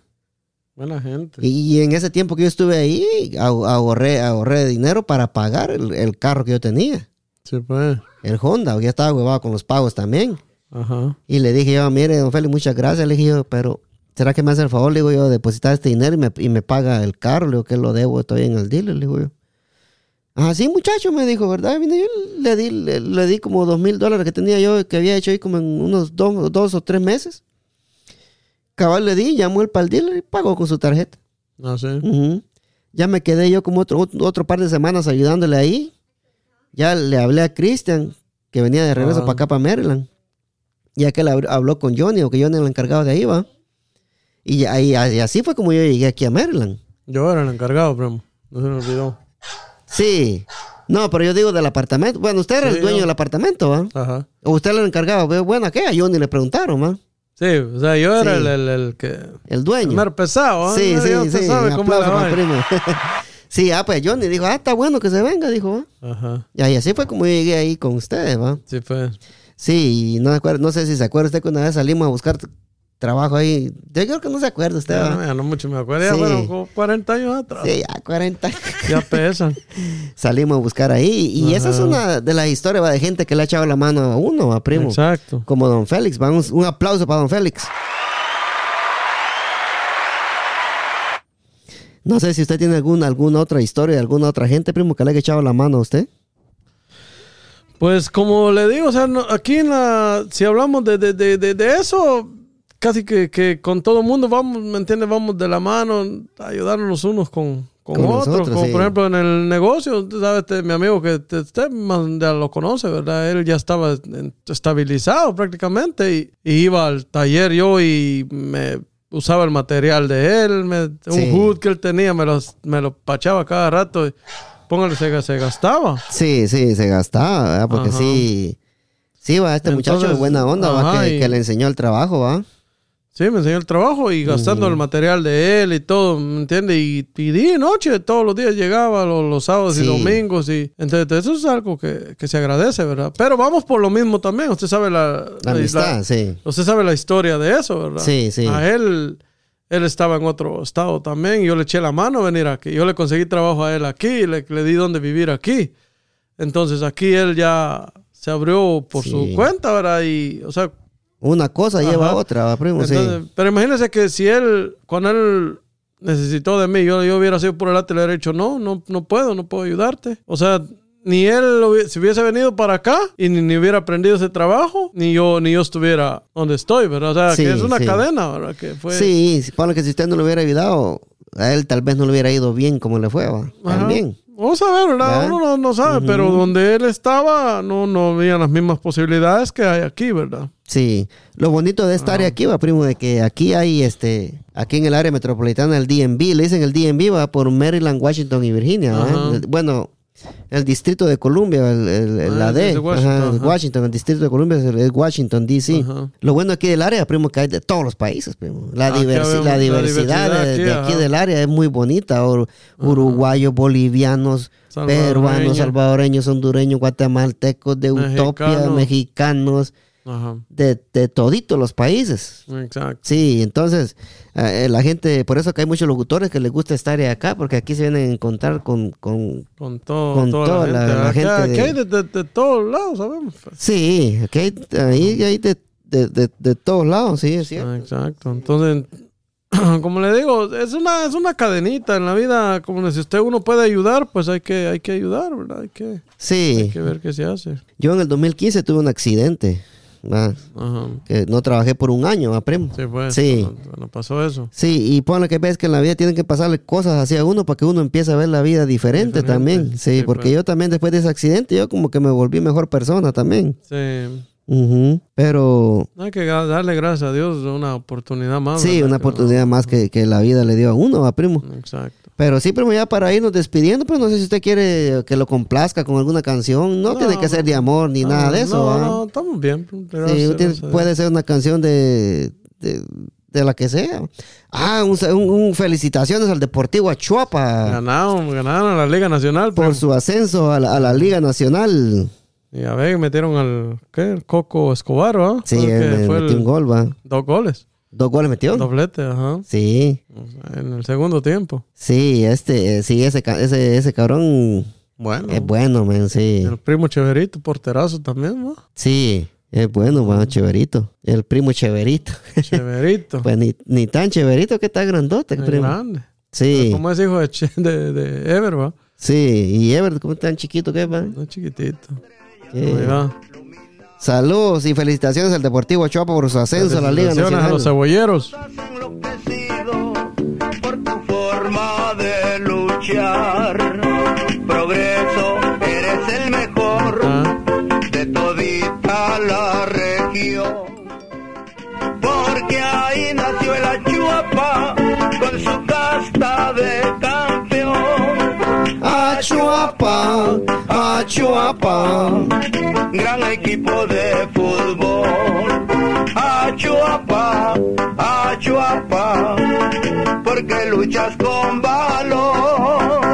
Buena gente. Y, y en ese tiempo que yo estuve ahí, ahor- ahorré, ahorré dinero para pagar el, el carro que yo tenía, Sí, pues. el Honda, ya estaba huevado con los pagos también. Ajá. Y le dije yo, mire, don Félix, muchas gracias. Le dije yo, pero ¿será que me hace el favor? Le digo yo, depositar este dinero y me, y me paga el carro. Le digo que lo debo todavía en el dealer, le digo yo. Ah, sí, muchacho, me dijo, ¿verdad? Mire, yo le di, le, le di como dos mil dólares que tenía yo, que había hecho ahí como en unos dos, dos o tres meses. Cabal le di, llamó él para el dealer y pagó con su tarjeta. Ah, sí. Ujú. Ya me quedé yo como otro, ot- otro par de semanas ayudándole ahí. Ya le hablé a Christian, que venía de regreso Ah. para acá, para Maryland. Ya que él habr- habló con Johnny, o que Johnny era el encargado de ahí, va. Y, ya- y a- y así fue como yo llegué aquí a Maryland. Yo era el encargado, primo. No se me olvidó. Sí. No, pero yo digo del apartamento. Bueno, usted era Sí, el dueño yo. del apartamento, ¿va? Ajá. O usted era el encargado. Ve, Bueno, ¿a qué? A Johnny le preguntaron, ¿va? Sí, o sea, yo era Sí. el, el, el que. El dueño. Primer pesado, ¿eh? Sí, sí, Ya usted sí. sabe un cómo la aplauso para el vaina. primo. sí, ah, pues Johnny dijo, ah, está bueno que se venga, dijo, ¿va? Ajá. Ya, Y así fue como yo llegué ahí con ustedes, ¿va? Sí, pues. Sí, y no, me acuerdo- no sé si se acuerda usted que una vez salimos a buscar t- trabajo ahí. Yo creo que no se acuerda usted, Ya, ¿va? mira, no mucho me acuerdo. Ya Sí. fueron como 40 años atrás. Sí, ya 40. Ya pesan. salimos a buscar ahí. Y esa es Ajá. una de las historias, ¿va? De gente que le ha echado la mano a uno, a primo. Exacto. Como don Félix. Vamos, un aplauso para don Félix. No sé si usted tiene alguna, alguna otra historia de alguna otra gente, primo, que le haya echado la mano a usted. Pues como le digo, o sea, no- aquí en la, si hablamos de, de, de, de, de eso, casi que, que con todo el mundo vamos, ¿me entiendes? Vamos de la mano, a ayudarnos unos con, con, Con los otros. otros, como sí. por ejemplo en el negocio, tú sabes, este, mi amigo que te- usted más ya lo conoce, ¿verdad? Él ya estaba en- estabilizado prácticamente y, y iba al taller yo y me usaba el material de él, me- Sí. un hood que él tenía, me, los, me lo pachaba cada rato y póngale, se, se gastaba. Sí, sí, se gastaba, ¿verdad? Porque Ajá. sí. Sí, va, este muchacho es Entonces, buena onda, va, ajá, que, y- que le enseñó el trabajo, va. Sí, me enseñó el trabajo y gastando el material de él y todo, ¿me entiendes? Y, y día y noche, todos los días llegaba, lo- los, sábados Sí. y domingos. y Entonces, eso es algo que, que se agradece, ¿verdad? Pero vamos por lo mismo también. Usted sabe la, La amistad, la- sí. usted sabe la historia de eso, ¿verdad? Sí, sí. A él, él estaba en otro estado también. Yo le eché la mano a venir aquí. Yo le conseguí trabajo a él aquí, le, le di donde vivir aquí. Entonces aquí él ya se abrió por su Sí. cuenta, ¿verdad? Y, o sea, Una cosa lleva a Ajá. otra, va, primo, entonces, sí. pero imagínese que si él, cuando él necesitó de mí, yo, yo hubiera sido por el arte, le hubiera dicho, no, no, no puedo, no puedo ayudarte. O sea, ni él hubi- si hubiese venido para acá y ni, ni hubiera aprendido ese trabajo, ni yo, ni yo estuviera donde estoy, ¿verdad? O sea, Sí, que es una sí. cadena, ¿verdad? Que fue, Sí, supongo que si usted no lo hubiera ayudado, a él tal vez no le hubiera ido bien como le fue, va. Ajá. También. Vamos a ver, ¿verdad? ¿Verdad? Uno no, no sabe, pero donde él estaba no, no había las mismas posibilidades que hay aquí, ¿verdad? Sí, lo bonito de esta área aquí va, primo, de que aquí hay, este, aquí en el área metropolitana, el DMV, le dicen el DMV va por Maryland, Washington y Virginia, ¿va? Ajá. El- bueno, el distrito de Columbia, el, el- el- Ah, la el D, de Washington, Washington, el ajá. Washington, el distrito de Columbia es, el- es Washington, D.C. Ajá. Ah, Lo bueno aquí del área, primo, que hay de todos los países, primo. La, Aquí diversi- habemos- la la diversidad diversidad de, aquí, de aquí ajá. del área es muy bonita, Ur- uruguayos, bolivianos, Salvadoreños. peruanos, salvadoreños, hondureños, guatemaltecos, de Utopia, Mexicanos. mexicanos Ajá, de, de toditos los países. exacto. Sí, entonces eh, la gente, por eso que hay muchos locutores que les gusta estar acá, porque aquí se vienen a encontrar con, con Con todo, Con toda, toda la- la gente. la Aquí- gente de- aquí hay de, de- de todos lados, sabemos. pues. sí, aquí hay, ahí hay de, de- de- de todos lados, sí, es cierto. Ah, Exacto. Entonces, como le digo, es una, es una cadenita en la vida. Como si usted uno puede ayudar, pues hay que, hay que ayudar, ¿verdad? Hay que, hay Sí, que ver qué se hace. yo en el 2015 tuve un accidente, ¿va? Ajá. que no trabajé por un año, ¿va, primo? Sí, pues. Sí. Cuando, cuando pasó eso. Sí, y ponle que ves que en la vida tienen que pasarle cosas así a uno para que uno empiece a ver la vida diferente, Diferente. también. Sí, Sí, porque pues. yo también después de ese accidente, yo como que me volví mejor persona también. Sí. Ujú, Pero Hay que ga- darle gracias a Dios una oportunidad más. sí, ¿verdad? una Que- oportunidad más que, que la vida le dio a uno, a primo. Exacto. Pero sí, primo, ya para irnos despidiendo, pero no sé si usted quiere que lo complazca con alguna canción. No, No, tiene que ser de amor ni Ah, nada de eso. No, ¿va? no, estamos bien. pues, Sí, usted gracias, gracias a Dios. puede ser una canción de, de, de la que sea. Ah, un, sa- un- un felicitaciones al Deportivo Achuapa Ganaron, ganaron a la Liga Nacional. por pues. su ascenso a la, a la Liga Nacional. Y a ver, metieron al ¿qué? El Coco Escobar, ¿va? Sí, Fue el que él, eh, fue metió el- un gol, va. Dos goles. Dos goles metió. Doblete, ajá. Sí, En el segundo tiempo. sí, este, eh, sí, ese, ca- ese, ese cabrón Bueno. es bueno, men, sí. El primo Cheverito, porterazo también, ¿no? Sí, es bueno, bueno, Cheverito. El primo Cheverito. Cheverito. pues ni, ni tan Cheverito que está grandote, Es primo. grande. Sí, Como es hijo de, Che- de, de Ever, ¿va? sí. Y Everett, ¿cómo tan chiquito que es, va? No es chiquitito. Sí. Ahí va. Saludos y felicitaciones al Deportivo Chuapa por su ascenso a la Liga Felicitaciones a Nacional. los cebolleros. Estás enloquecido por tu forma de luchar. Progreso, eres el mejor Ah, de todita la región. Porque ahí nació el Achuapa con su casta de campeón. Achuapa, Achuapa. Gran equipo de fútbol. Achuapa, Achuapa, porque luchas con valor.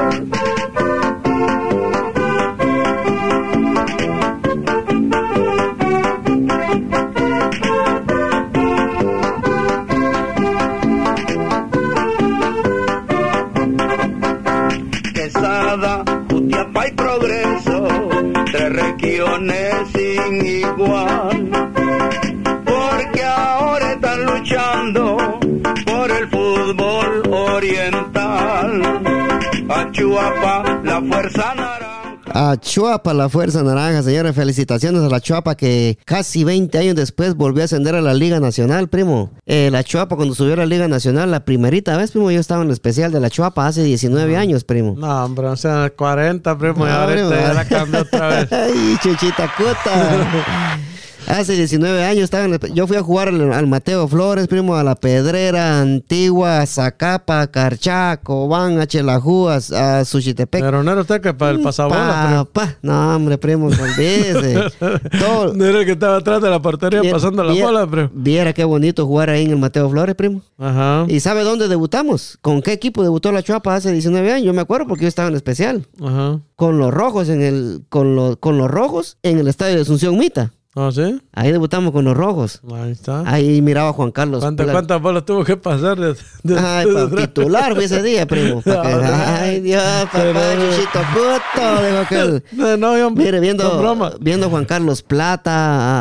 Quesada, Jutiapa y Progreso, tres regiones sin igual. Porque ahora están luchando por el fútbol oriental. Achuapa, la fuerza naranja. Achuapa, la Fuerza Naranja, señores. Felicitaciones a la Chuapa que casi 20 años después volvió a ascender a la Liga Nacional, primo. Eh, la Chuapa cuando subió a la Liga Nacional, la primerita vez, primo, yo estaba en el especial de la Chuapa hace 19 años, primo. No, hombre, o sea, 40, primo, y No, ahorita hombre, ya va. la cambió otra vez. Ay, chuchita cuta. Hace 19 años estaba en el- yo fui a jugar al, al Mateo Flores, primo, a La Pedrera, Antigua, Zacapa, Carchá, Cobán, a Chelajú, a, a Suchitepec. Pero no era usted que para el pasabola, Papá. No, hombre, primo, olvídese. primo. Todo, No era el que estaba atrás de la portería Viera- pasando la viera- bola, primo. Ah. Viera qué bonito jugar ahí en el Mateo Flores, primo. Ajá. ¿Y sabe dónde debutamos? ¿Con qué equipo debutó la Chuapa hace 19 años? Yo me acuerdo porque yo estaba en especial. Ajá. Con los rojos en el, con, los con los rojos en el estadio de Asunción Mita. ¿Ah, sí? Ahí debutamos con los rojos. Ahí está. Ahí miraba a Juan Carlos. ¿Cuántas, Pla- cuántas bolas tuvo que pasar? de- de- Ay, de- para titular pues, fue ese día, primo. pa' que- ay, Dios, papá, chuchito puto. Dijo aquel. No, no, yo- Mire, no, broma. viendo, viendo a Juan Carlos Plata,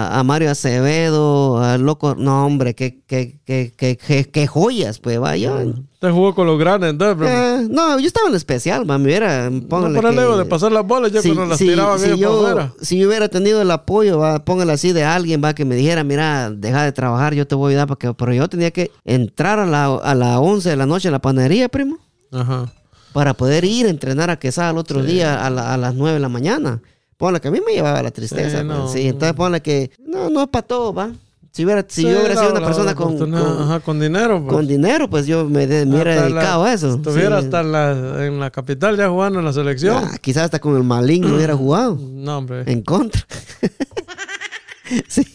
a, a Mario Acevedo, a Loco. No, hombre, qué, qué, qué, qué, qué- qué joyas, pues, vaya. Te jugó con los grandes, entonces, bro. Eh, no, yo estaba en el especial, mami. Era, No póngale por el que- ego de pasar las bolas, ya si, cuando las si- tiraban si ellos para yo, afuera. si yo hubiera tenido el apoyo, va, póngale así de alguien, va, que me dijera, mira, deja de trabajar, yo te voy a ayudar, porque, pero yo tenía que entrar a la, a las 11 de la noche a la panadería, primo, Ajá. para poder ir a entrenar a Quesada al otro día a, la- a las 9 de la mañana. Ponle que a mí me llevaba la tristeza, pues, Sí, Eh, no. sí, entonces ponle que, no, no es para todo, va. Si, hubiera, si Sí, yo hubiera la- sido una la persona con, oportunidad, con- ajá, con dinero, pues. con dinero, pues yo me, de- me Hasta hubiera la- dedicado a eso. Estuviera sí. hasta en la, en la capital ya jugando en la selección. Ah, quizás hasta con el maligno hubiera jugado. No, hombre. En contra. sí.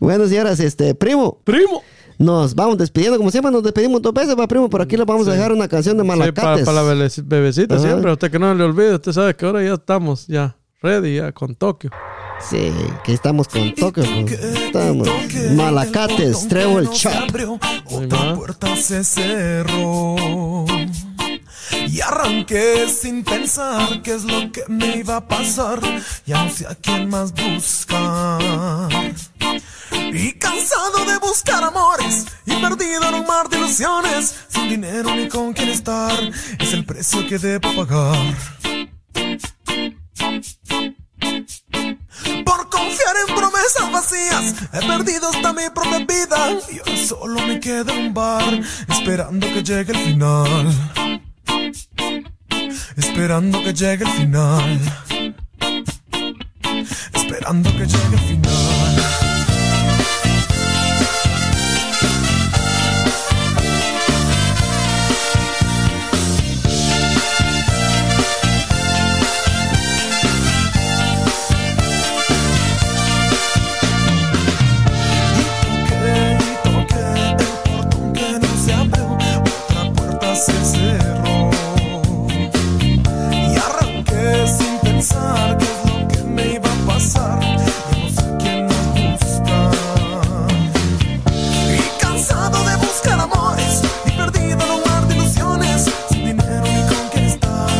Bueno, señoras, este, primo, Primo. nos vamos despidiendo. Como siempre, nos despedimos dos veces, va, primo. Por aquí les vamos a dejar una canción de para Malacates. la bele- bebecita Ajá. siempre. Usted que no le olvide, usted sabe que ahora ya estamos ya ready ya con Tokio. Sí, que estamos con Tokio. pues. Estamos. Malacates, Trébol Chop. abrió, Ahí otra va. puerta se cerró. Y arranqué sin pensar qué es lo que me iba a pasar. Ya no sé a quién más buscar. Y cansado de buscar amores y perdido en un mar de ilusiones. Sin dinero ni con quién estar. Es el precio que debo pagar. Por confiar en promesas vacías He perdido hasta mi propia vida Y ahora solo me queda un bar Esperando que llegue el final Esperando que llegue el final Esperando que llegue el final Toqué y toqué el portón que no se abrió, otra puerta se cerró. Y arranqué sin pensar qué es lo que me iba a pasar. Yo no sé quién me gusta. Y cansado de buscar amores y perdido en un mar de ilusiones. Sin dinero ni con qué estar,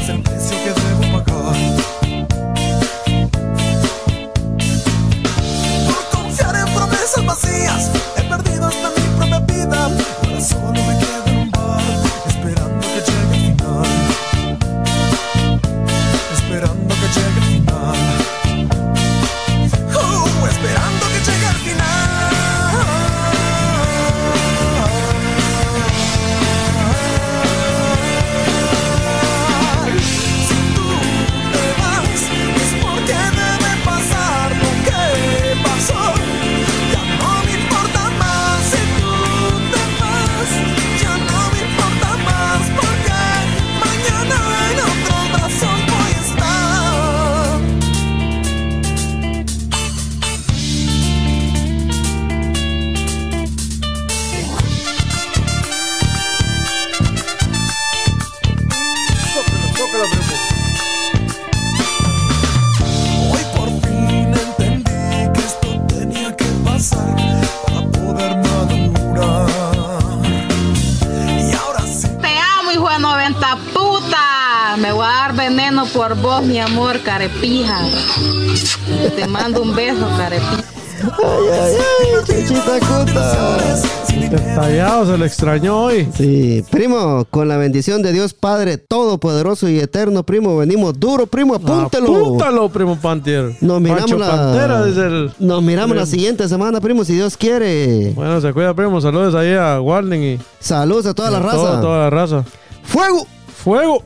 es el precio que debo pagar. Por confiar en promesas vacías He perdido hasta mi propia vida Ahora solo me quedo en un bar Esperando que llegue el final Esperando que llegue el final Oh, Esperando que llegue el final te vas, es porque debe pasar lo que pasó. Ya no me importa más si tú te vas, ya no me importa más porque mañana en otro corazón voy a estar. Hoy por fin entendí que esto tenía que pasar para poder madurar. Y ahora sí. Te amo, hijo de 90 puta. Me voy a dar veneno por vos, mi amor, carepija. Te mando un beso, carepija. Ay, ay, ay, chuchita cuta. Detallado, se le extrañó hoy. Sí, primo, con la bendición de Dios Padre Todopoderoso y Eterno, primo, venimos duro, primo, apúntelo. Apúntalo, primo Pantier. Nos miramos, Pancho la, Pantera, dice el- nos miramos la el- siguiente semana, primo, si Dios quiere. Bueno, se cuida, primo. Saludos ahí a Warning y Saludos a toda la a raza. toda- toda la raza. ¡Fuego! ¡Fuego!